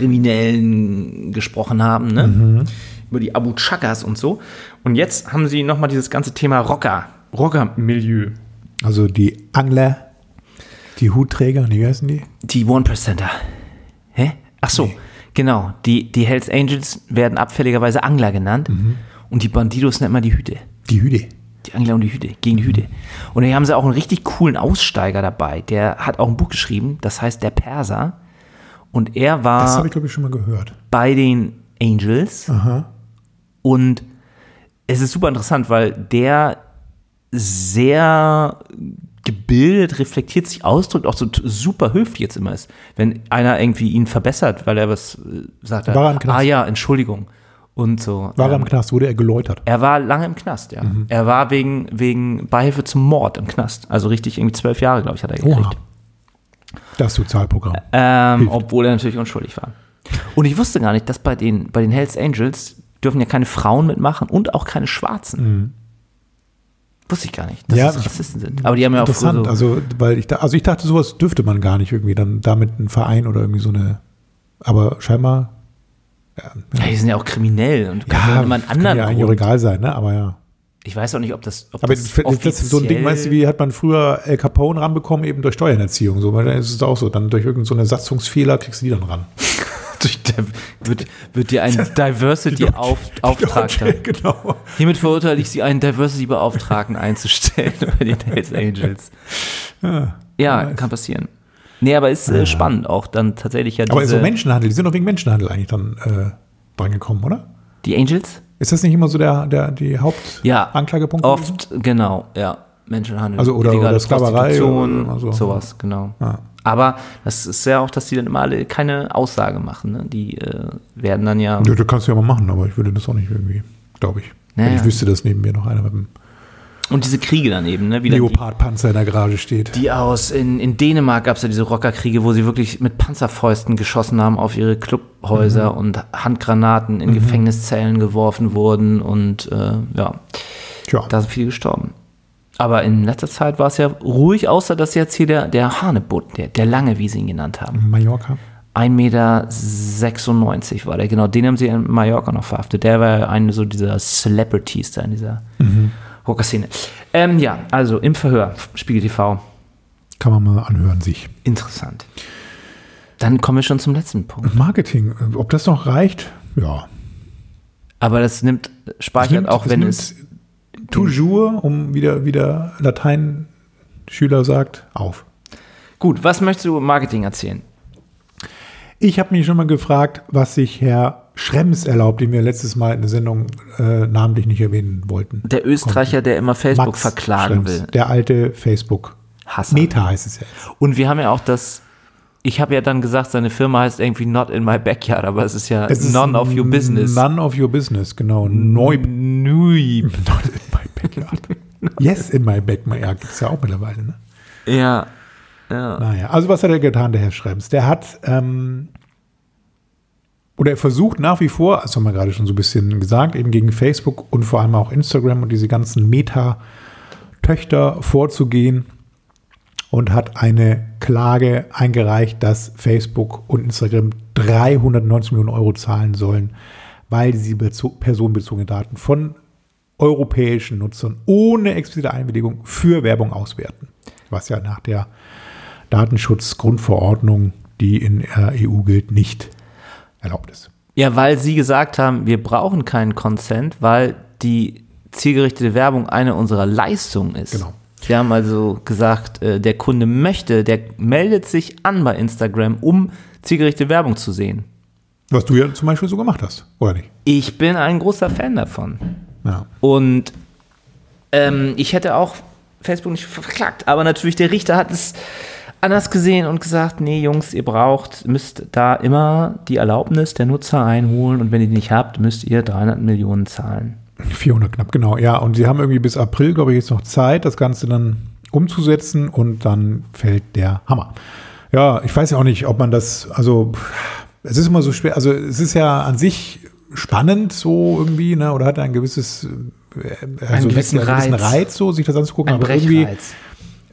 S2: Clan-Kriminellen gesprochen haben, ne? über die Abu Chakas und so. Und jetzt haben sie nochmal dieses ganze Thema Rocker, Rocker-Milieu.
S3: Also die Angler, die Hutträger, nee, wie heißen die?
S2: Die One-Percenter. Hä? Ach so, genau. Die, die Hells Angels werden abfälligerweise Angler genannt.
S3: Mhm.
S2: Und die Bandidos nennt man die Hüte.
S3: Die Hüde.
S2: Die Angler und die Hüte, gegen die Hüte. Und hier haben sie auch einen richtig coolen Aussteiger dabei. Der hat auch ein Buch geschrieben, das heißt Der Perser. Und er
S3: Das
S2: war
S3: habe ich, glaube ich, schon mal gehört.
S2: bei den Angels. Und es ist super interessant, weil der sehr gebildet, reflektiert sich ausdrückt, auch so t- super höflich jetzt immer ist. Wenn einer irgendwie ihn verbessert, weil er was äh, sagt,
S3: War er im Knast?
S2: ah ja, Entschuldigung und so.
S3: War er
S2: Ähm,
S3: im Mhm. Knast, wurde er geläutert.
S2: er war lange im Knast, ja. Er war wegen, wegen Beihilfe zum Mord im Knast. Also richtig irgendwie zwölf Jahre, glaube ich, hat er gekriegt.
S3: Oha. Das Sozialprogramm.
S2: Ähm, obwohl er natürlich unschuldig war. Und ich wusste gar nicht, dass bei den, bei den Hells Angels dürfen ja keine Frauen mitmachen und auch keine Schwarzen. Wusste ich gar nicht, dass
S3: Mhm. Ja,
S2: das Rassisten sind. Aber die haben ja auch früher
S3: Interessant,
S2: so,
S3: also, weil ich da, also ich dachte, sowas dürfte man gar nicht irgendwie dann damit einen Verein oder irgendwie so eine, aber scheinbar
S2: ja, die sind ja auch kriminell und
S3: Ja,
S2: ja, jemand
S3: kann
S2: anderen
S3: ja eigentlich auch
S2: Grund.
S3: egal sein, ne? Aber ja.
S2: Ich weiß auch nicht, ob das, ob
S3: Aber
S2: das
S3: das, das ist so ein Ding, meinst du, wie hat man früher El Capone ranbekommen, eben durch Steuererziehung? So, weil dann ist es auch so. Dann durch irgendeinen so einen Satzungsfehler kriegst du die dann ran.
S2: Durch der- wird, wird dir ein Diversity-Auftrag
S3: Okay, genau.
S2: Hiermit verurteile ich Sie, einen Diversity-Beauftragten einzustellen bei den Hells Angels.
S3: Ah,
S2: Ja, kann passieren. Nee, aber ist äh, spannend auch dann tatsächlich ja
S3: Aber
S2: diese,
S3: so Menschenhandel, die sind doch wegen Menschenhandel eigentlich dann äh, drangekommen, oder?
S2: die Angels?
S3: Ist das nicht immer so der, der die Hauptanklagepunkt? gewesen?
S2: Oft, genau, ja. Menschenhandel,
S3: Also oder-
S2: illegale
S3: oder Sklaverei
S2: Prostitution,
S3: oder so. Ah.
S2: sowas, genau.
S3: Ja.
S2: Aber das ist ja auch, dass die dann immer alle keine Aussage machen. Ne? Die äh, werden dann ja,
S3: Ja, das kannst du ja mal machen, aber ich würde das auch nicht irgendwie, glaube ich. Wenn
S2: Naja.
S3: ich wüsste, dass neben mir noch einer mit einem
S2: und diese Kriege dann eben, ne? Wie dann die-
S3: Leopardpanzer in der Garage steht.
S2: Die aus, in, in Dänemark gab es ja diese Rockerkriege, wo sie wirklich mit Panzerfäusten geschossen haben auf ihre Clubhäuser und Handgranaten in Gefängniszellen geworfen wurden und äh, ja,
S3: Tja,
S2: da sind viele gestorben. Aber in letzter Zeit war es ja ruhig, außer dass jetzt hier der, der Hanebutt, der, der Lange, wie sie ihn genannt haben,
S3: Mallorca.
S2: 1,96 Meter war der, genau, den haben sie in Mallorca noch verhaftet. Der war ja eine so dieser Celebrities da in dieser Rockerszene. Ähm, ja, also im Verhör, Spiegel TV.
S3: Kann man mal anhören sich.
S2: Interessant. Dann kommen wir schon zum letzten Punkt.
S3: Marketing, äh, ob das noch reicht? Ja.
S2: Aber das nimmt, speichert
S3: nimmt-
S2: halt auch, wenn
S3: nimmt
S2: es.
S3: toujours, um wieder, wieder Lateinschüler sagt, auf.
S2: Gut, was möchtest du im Marketing erzählen?
S3: Ich habe mich schon mal gefragt, was sich Herr Schrems erlaubt, den wir letztes Mal in der Sendung äh, namentlich nicht erwähnen wollten.
S2: Der Österreicher, der immer Facebook
S3: Max
S2: verklagen
S3: Schrems,
S2: will.
S3: Der alte Facebook.
S2: Hasser.
S3: Meta heißt es ja. jetzt.
S2: Und wir haben ja auch das. Ich habe ja dann gesagt, seine Firma heißt irgendwie Not in My Backyard, aber es ist ja
S3: Es ist
S2: None of Your Business.
S3: None of your business, genau. Neub.
S2: Nui.
S3: Not in my backyard. yes, in my backyard gibt es ja auch mittlerweile, ne?
S2: Ja. ja.
S3: Naja, also was hat er getan, der Herr Schrems? Der hat, ähm, oder er versucht nach wie vor, das haben wir gerade schon so ein bisschen gesagt, eben gegen Facebook und vor allem auch Instagram und diese ganzen Meta-Töchter vorzugehen und hat eine Klage eingereicht, dass Facebook und Instagram 390 Millionen Euro zahlen sollen, weil sie bezo- personenbezogene Daten von europäischen Nutzern ohne explizite Einwilligung für Werbung auswerten. Was ja nach der Datenschutzgrundverordnung, die in der EU gilt, nicht erlaubt ist.
S2: Ja, weil sie gesagt haben, wir brauchen keinen Consent, weil die zielgerichtete Werbung eine unserer Leistungen ist.
S3: Genau.
S2: Sie haben also gesagt, äh, der Kunde möchte, der meldet sich an bei Instagram, um zielgerichtete Werbung zu sehen.
S3: Was du ja zum Beispiel so gemacht hast, oder nicht?
S2: Ich bin ein großer Fan davon.
S3: Ja.
S2: Und ähm, ich hätte auch Facebook nicht verklagt, aber natürlich der Richter hat es anders gesehen und gesagt, nee, Jungs, ihr braucht, müsst da immer die Erlaubnis der Nutzer einholen und wenn ihr die nicht habt, müsst ihr 300 Millionen zahlen.
S3: 400 knapp, genau. Ja, und sie haben irgendwie bis April, glaube ich, jetzt noch Zeit, das Ganze dann umzusetzen und dann fällt der Hammer. Ja, ich weiß ja auch nicht, ob man das, also pff, es ist immer so schwer, also es ist ja an sich spannend so irgendwie, ne, oder hat ein gewisses, äh, also
S2: gewissen Reiz.
S3: Reiz, so sich das anzugucken,
S2: Ein
S3: aber irgendwie
S2: Brechreiz,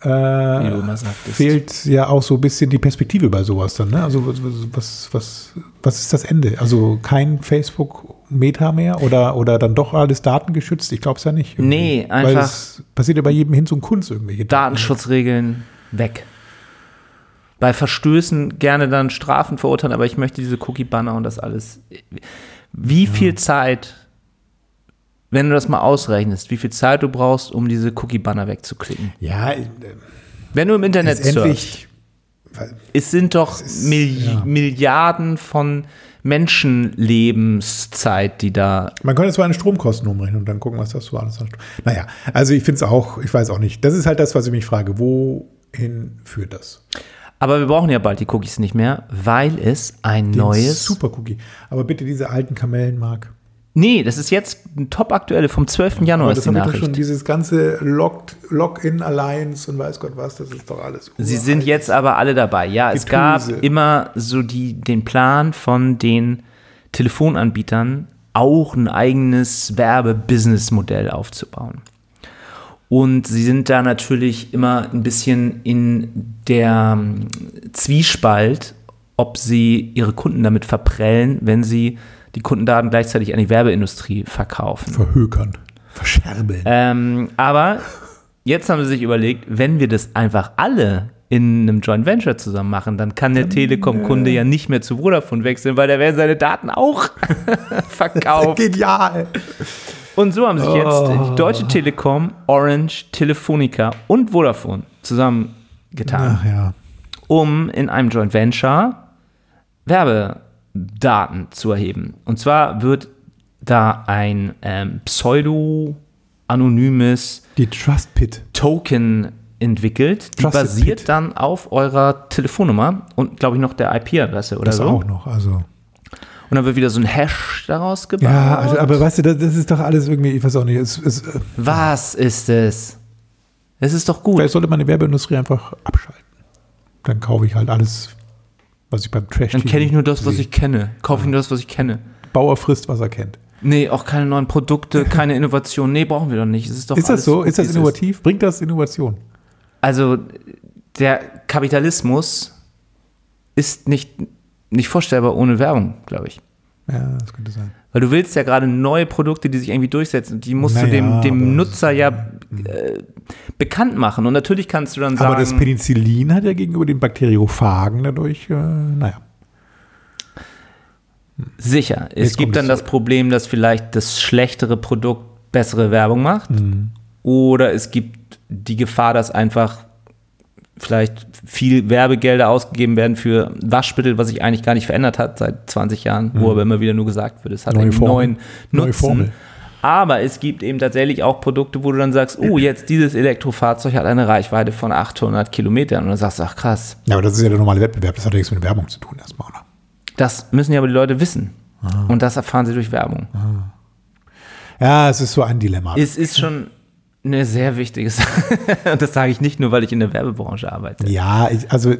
S2: wie du
S3: äh,
S2: immer sagtest.
S3: fehlt ja auch so ein bisschen die Perspektive bei sowas dann, ne? Also was, was, was, was ist das Ende? Also kein Facebook Meta mehr oder, oder dann doch alles datengeschützt? Ich glaube es ja nicht. irgendwie.
S2: Nee,
S3: Weil
S2: einfach-
S3: es passiert ja bei jedem hin und Kunst irgendwelche
S2: Datenschutzregeln weg. Bei Verstößen gerne dann Strafen verurteilen, aber ich möchte diese Cookie-Banner und das alles. Wie viel Zeit, wenn du das mal ausrechnest, wie viel Zeit du brauchst, um diese Cookie-Banner wegzuklicken?
S3: Ja, äh,
S2: Wenn du im Internet surfst,
S3: letztendlich. weil-
S2: es sind doch Milli
S3: ja.
S2: Milliarden von Menschenlebenszeit, die da.
S3: Man könnte zwar eine Stromkosten umrechnen und dann gucken, was das so alles an Strom. Naja, also ich finde es auch, ich weiß auch nicht. Das ist halt das, was ich mich frage. Wohin führt das?
S2: Aber wir brauchen ja bald die Cookies nicht mehr, weil es ein neues
S3: Super Cookie. Aber bitte diese alten Kamellen, Mark.
S2: Nee, das ist jetzt ein top aktuelle vom 12. Januar
S3: Aber
S2: ist
S3: das
S2: die
S3: haben wir doch schon,
S2: Nachricht.
S3: dieses ganze Locked- Login-Alliance und weiß Gott was, das ist doch alles.
S2: Sie
S3: uralt.
S2: sind jetzt aber alle dabei. Ja, es gab
S3: Getüse.
S2: immer so die, den Plan von den Telefonanbietern, auch ein eigenes Werbe-Business-Modell aufzubauen. Und sie sind da natürlich immer ein bisschen in der ähm, Zwiespalt, ob sie ihre Kunden damit verprellen, wenn sie die Kundendaten gleichzeitig an die Werbeindustrie verkaufen.
S3: Verhökern, verscherbeln.
S2: Ähm, aber jetzt haben sie sich überlegt, wenn wir das einfach alle in einem Joint Venture zusammen machen, dann kann der Telekom-Kunde ja nicht mehr zu Vodafone wechseln, weil da werden seine Daten auch verkauft.
S3: Genial.
S2: Und so haben sich jetzt die Deutsche Telekom, Orange, Telefonica und Vodafone zusammengetan,
S3: Ach ja.
S2: um in einem Joint Venture Werbedaten zu erheben. Und zwar wird da ein ähm, pseudo-anonymes
S3: Die Trust Pit.
S2: Token entwickelt, die
S3: Trusted
S2: basiert
S3: Pit.
S2: dann auf eurer Telefonnummer und glaube ich noch der IP-Adresse oder
S3: Das
S2: so.
S3: auch noch. Also.
S2: Und dann wird wieder so ein Hash daraus gebaut.
S3: Ja, also, aber weißt du, das, das ist doch alles irgendwie, ich weiß auch nicht. Es, es, äh,
S2: Was ist es? Es ist doch gut.
S3: vielleicht sollte man die Werbeindustrie einfach abschalten. Dann kaufe ich halt alles, was ich beim Trash
S2: Dann kenne ich nur das, was ich kenne. Kaufe ich nur das, was ich kenne.
S3: Bauer frisst, was er kennt.
S2: Nee, auch keine neuen Produkte, keine Innovation. Nee, brauchen wir doch nicht. Es ist doch
S3: Ist
S2: alles
S3: das so?
S2: gut,
S3: Ist das
S2: wie es
S3: innovativ? Bringt das Innovation?
S2: Also der Kapitalismus ist nicht, nicht vorstellbar ohne Werbung, glaube ich.
S3: Ja, das könnte sein.
S2: Weil du willst ja gerade neue Produkte, die sich irgendwie durchsetzen, die musst du
S3: Naja,
S2: dem,
S3: aber-
S2: dem Nutzer ja äh, bekannt machen. Und natürlich kannst du dann sagen,
S3: Aber das Penicillin hat ja gegenüber den Bakteriophagen dadurch, äh, naja.
S2: sicher,
S3: Jetzt
S2: es gibt
S3: kommt
S2: dann
S3: es
S2: das Problem, dass vielleicht das schlechtere Produkt bessere Werbung macht.
S3: Mhm.
S2: Oder es gibt die Gefahr, dass einfach vielleicht viel Werbegelder ausgegeben werden für Waschmittel, was sich eigentlich gar nicht verändert hat seit 20 Jahren, wo aber immer wieder nur gesagt wird, es hat
S3: Mhm. Neue
S2: einen
S3: Formel.
S2: neuen
S3: Neue
S2: Nutzen.
S3: Formel.
S2: Aber es gibt eben tatsächlich auch Produkte, wo du dann sagst, oh, jetzt dieses Elektrofahrzeug hat eine Reichweite von 800 Kilometern. Und dann sagst du, ach krass,
S3: Ja, aber das ist ja der normale Wettbewerb, das hat ja nichts mit Werbung zu tun erstmal, oder?
S2: das müssen ja aber die Leute wissen. Und das erfahren sie durch Werbung.
S3: Ja, es ist so ein Dilemma.
S2: Es ist schon eine sehr wichtige Sache. Und das sage ich nicht nur, weil ich in der Werbebranche arbeite.
S3: ja, ich, also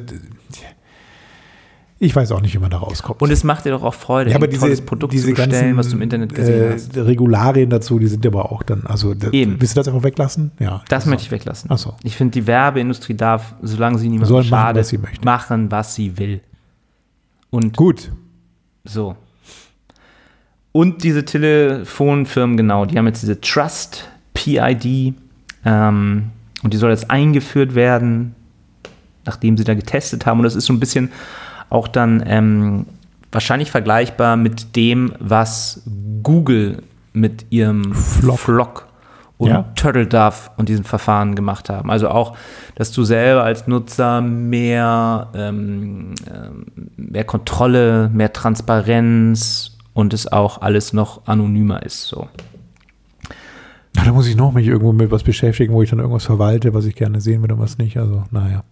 S3: ich weiß auch nicht, wie man da rauskommt.
S2: Und es macht dir doch auch Freude,
S3: ja, aber
S2: ein
S3: diese,
S2: tolles Produkt
S3: diese
S2: zu bestellen,
S3: ganzen
S2: was du im Internet gesehen
S3: äh,
S2: hast.
S3: Regularien dazu, die sind aber auch dann, also da,
S2: Eben.
S3: willst du das einfach weglassen? Ja. also,
S2: Das möchte ich weglassen.
S3: Ach so.
S2: Ich finde, die Werbeindustrie darf, solange sie niemandem
S3: Soll machen,
S2: schadet,
S3: was sie möchte.
S2: machen, was sie will. Und
S3: Gut,
S2: So. Und diese Telefonfirmen, genau, die haben jetzt diese Trust PID ähm, und die soll jetzt eingeführt werden, nachdem sie da getestet haben. Und das ist so ein bisschen auch dann ähm, wahrscheinlich vergleichbar mit dem, was Google mit ihrem Flock, und
S3: Ja.
S2: Turtle Dove und diesen Verfahren gemacht haben. Also auch, dass du selber als Nutzer mehr, ähm, ähm, mehr Kontrolle, mehr Transparenz und es auch alles noch anonymer ist. So.
S3: Na, da muss ich noch mich irgendwo mit was beschäftigen, wo ich dann irgendwas verwalte, was ich gerne sehen würde und was nicht. Also, naja.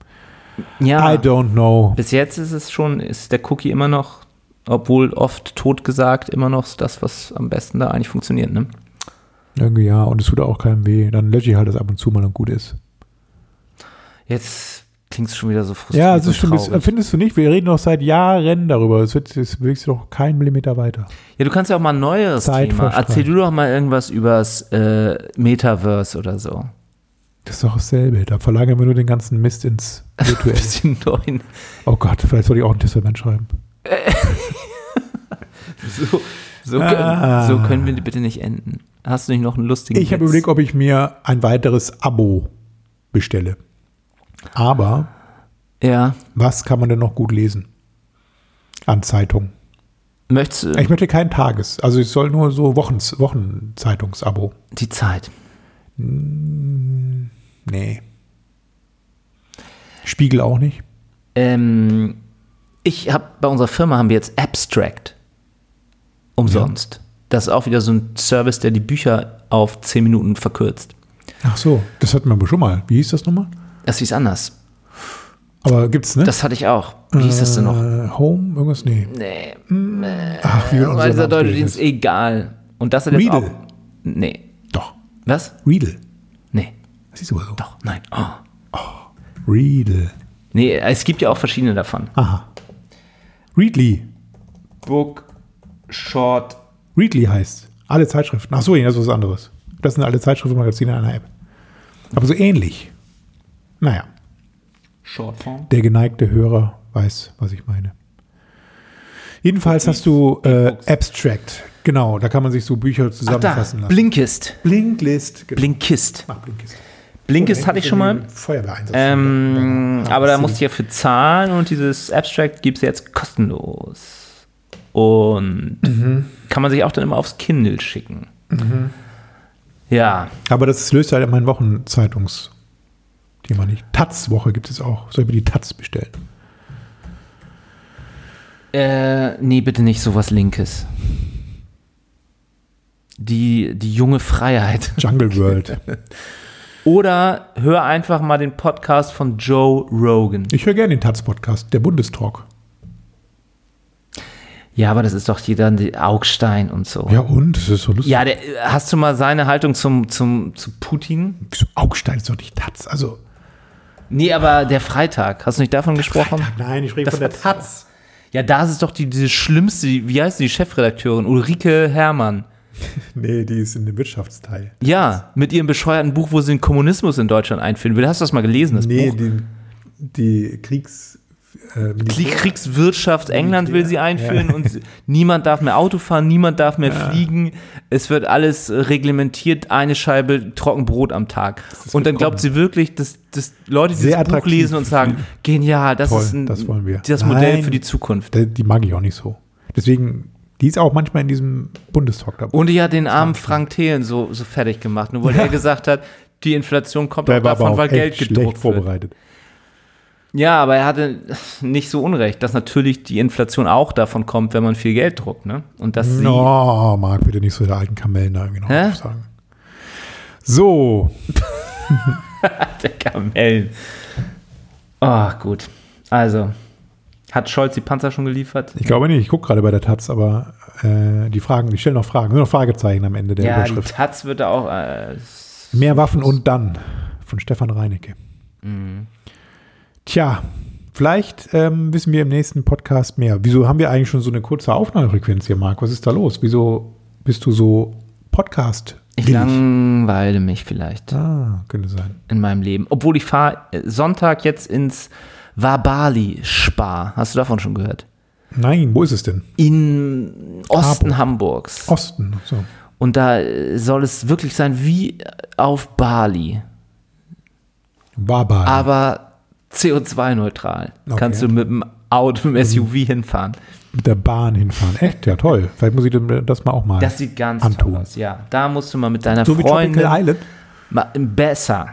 S2: Ja,
S3: I don't know.
S2: bis jetzt ist es schon, ist der Cookie immer noch, obwohl oft totgesagt, immer noch das, was am besten da eigentlich funktioniert. Ne?
S3: Irgendwie ja, und es tut auch keinem weh. Dann lösche ich halt das ab und zu mal und gut ist.
S2: Jetzt klingt es schon wieder so frustrierend.
S3: Ja, es ist
S2: und
S3: schon ein bisschen,
S2: traurig.
S3: findest du nicht? Wir reden noch seit Jahren darüber. Es wird, es bewegst du doch keinen Millimeter weiter.
S2: Ja, du kannst ja auch mal ein neueres
S3: Zeit
S2: Thema.
S3: verstreicht.
S2: Erzähl du doch mal irgendwas übers äh, Metaverse oder so.
S3: Das ist doch dasselbe. Da verlagern wir nur den ganzen Mist ins Virtuelle.
S2: Bisschen neuen.
S3: oh Gott, vielleicht soll ich auch ein Testament schreiben.
S2: So, so,
S3: Ah.
S2: können, so können wir bitte nicht enden. Hast du nicht noch einen lustigen
S3: Ich habe
S2: Witz?
S3: überlegt, ob ich mir ein weiteres Abo bestelle. Aber
S2: Ja.
S3: was kann man denn noch gut lesen? An Zeitungen.
S2: Möchtest du
S3: Ich möchte kein Tages-, also es soll nur so Wochens-, Wochenzeitungsabo.
S2: die Zeit?
S3: Nee. Spiegel auch nicht.
S2: Ähm, ich habe bei unserer Firma haben wir jetzt Abstract umsonst. Das ist auch wieder so ein Service, der die Bücher auf 10 Minuten verkürzt.
S3: Ach so, das hatten wir aber schon mal. Wie hieß das nochmal?
S2: Das hieß anders.
S3: Aber gibt's, ne?
S2: Das hatte ich auch. Wie hieß das denn noch?
S3: Äh, Home, irgendwas? Nee. Hm.
S2: Nee,
S3: Ach, wie
S2: das war dieser deutsche Dienst
S3: Dienst.
S2: egal. Und das hat jetzt
S3: Riedel.
S2: auch. Nee.
S3: Doch,
S2: Was?
S3: Riedel.
S2: Nee.
S3: Das ist aber so.
S2: Doch, nein. Oh.
S3: Riedel.
S2: Nee, es gibt ja auch verschiedene davon.
S3: Aha. Readly.
S2: Book, Short.
S3: Readly heißt. Alle Zeitschriften. Ach so, nee, das ist was anderes. Das sind alle Zeitschriften und Magazine in einer App. Aber so ähnlich. Naja,
S2: Shortform.
S3: der geneigte Hörer weiß, was ich meine. Jedenfalls hast du äh, Abstract. Genau, da kann man sich so Bücher
S2: Ach da,
S3: zusammenfassen lassen.
S2: Blinklist.
S3: Blinklist. Genau.
S2: Blinkist.
S3: Ach, Blinkist.
S2: Blinkist hatte ich schon mal.
S3: Feuerwehreinsatz.
S2: Ähm,
S3: Ja,
S2: aber da
S3: sie-
S2: musste ich ja für zahlen und dieses Abstract gibt es jetzt kostenlos. Und
S3: Mhm.
S2: kann man sich auch dann immer aufs Kindle schicken. Ja,
S3: Aber das löst halt mein Wochenzeitungsthema nicht. Taz-Woche gibt es auch. Soll ich mir die Taz bestellen?
S2: Äh, nee, bitte nicht sowas Linkes. Die, die junge Freiheit.
S3: Jungle World.
S2: Oder hör einfach mal den Podcast von Joe Rogan.
S3: Ich höre gerne den Taz-Podcast, der Bundestalk.
S2: Ja, aber das ist doch jeder die Augstein und so.
S3: Ja, und? Das ist so lustig.
S2: Ja, der, hast du mal seine Haltung zum, zum, zu Putin?
S3: Wieso Augstein ist doch nicht Taz. Also,
S2: Nee, aber der Freitag. Hast du nicht davon gesprochen?
S3: nein, ich rede
S2: Das hat's Ja, da ist es doch die, diese schlimmste, die- wie heißt die Chefredakteurin? Ulrike Herrmann.
S3: Nee, die ist in dem Wirtschaftsteil.
S2: Ja, mit ihrem bescheuerten Buch, wo sie den Kommunismus in Deutschland einführen will. Hast du das mal gelesen, das Buch?
S3: die, die Kriegs... Äh,
S2: Die Kriegswirtschaft England will sie einführen
S3: Ja.
S2: und sie- niemand darf mehr Auto fahren, niemand darf mehr fliegen. Es wird alles äh, reglementiert, eine Scheibe Trockenbrot am Tag.
S3: ist
S2: Und dann
S3: willkommen.
S2: glaubt sie wirklich, dass, dass Leute dieses
S3: Sehr
S2: Buch
S3: attraktiv
S2: lesen und
S3: für
S2: sagen, genial, das
S3: Toll,
S2: ist ein,
S3: das wollen wir.
S2: das Modell
S3: Nein.
S2: für die Zukunft.
S3: die, die mag ich auch nicht so. Deswegen, die ist auch manchmal in diesem Bundestalk dabei.
S2: Und die hat den armen Frank Thelen so, so fertig gemacht, nur weil er gesagt hat, die Inflation kommt auch davon, weil Geld gedruckt wird.
S3: vorbereitet.
S2: Ja, aber er hatte nicht so unrecht, dass natürlich die Inflation auch davon kommt, wenn man viel Geld druckt, ne? Und dass sie
S3: No, Marc, bitte nicht so der alten Kamellen da irgendwie noch
S2: Hä?
S3: was sagen. So,
S2: Der Kamellen. Ah, gut. Also, hat Scholz die Panzer schon geliefert?
S3: ich glaube nicht, ich gucke gerade bei der Taz, aber äh, die Fragen, die stellen noch Fragen, nur noch Fragezeichen am Ende der
S2: ja, die
S3: Überschrift.
S2: Taz wird da auch. Äh,
S3: Mehr Waffen und dann von Stefan Reinecke. Tja, vielleicht ähm, wissen wir im nächsten Podcast mehr. Wieso haben wir eigentlich schon so eine kurze Aufnahmefrequenz hier, Marc? Was ist da los? Wieso bist du so Podcast?
S2: ich langweile mich vielleicht
S3: Ah, könnte sein.
S2: in meinem Leben. Obwohl ich äh, fahre Sonntag jetzt ins Wabali Spa. Hast du davon schon gehört?
S3: Nein, wo ist es denn?
S2: in Osten Hamburgs.
S3: Osten. So.
S2: Und da äh, soll es wirklich sein wie auf Bali,
S3: Baba.
S2: aber CO2-neutral.
S3: Okay. Mhm.
S2: Kannst du mit dem Auto, mit dem SUV hinfahren.
S3: mit der Bahn hinfahren. Echt? Ja, toll. Vielleicht muss ich dem- das mal auch mal.
S2: Das sieht ganz
S3: Antun.
S2: toll aus. Ja, da musst du mal mit deiner
S3: so wie
S2: Freundin
S3: Tropical Island. Mhm.
S2: mal, besser.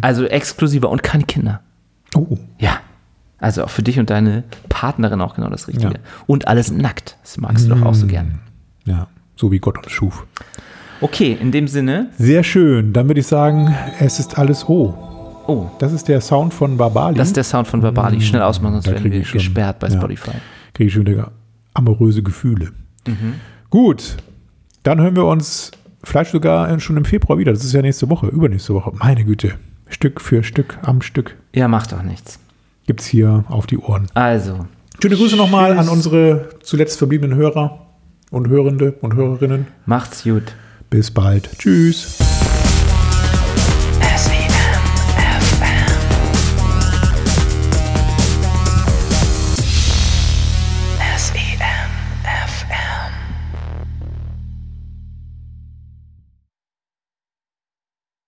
S2: Also exklusiver und keine Kinder.
S3: Oh,
S2: Ja. Also auch für dich und deine Partnerin auch genau das Richtige.
S3: Ja. Mhm.
S2: Und alles nackt. Das magst du doch auch so gern.
S3: ja. So wie Gott uns schuf.
S2: Okay, in dem Sinne.
S3: Sehr schön. Dann würde ich sagen, es ist alles oh.
S2: Oh,
S3: Das ist der Sound von Babali.
S2: das ist der Sound von Verbali. Schnell ausmachen, sonst
S3: Da
S2: werden
S3: krieg
S2: wir
S3: ich schon-
S2: gesperrt bei
S3: ja.
S2: Spotify.
S3: Kriege ich schon wieder amoröse Gefühle.
S2: Mhm.
S3: Gut. Dann hören wir uns vielleicht sogar schon im Februar wieder. Das ist ja nächste Woche, übernächste Woche. Meine Güte. Stück für Stück am Stück
S2: Ja, macht doch nichts.
S3: gibt's hier auf die Ohren.
S2: Also,
S3: Schöne Grüße nochmal an unsere zuletzt verbliebenen Hörer und Hörende und Hörerinnen.
S2: macht's gut.
S3: Bis bald. Tschüss.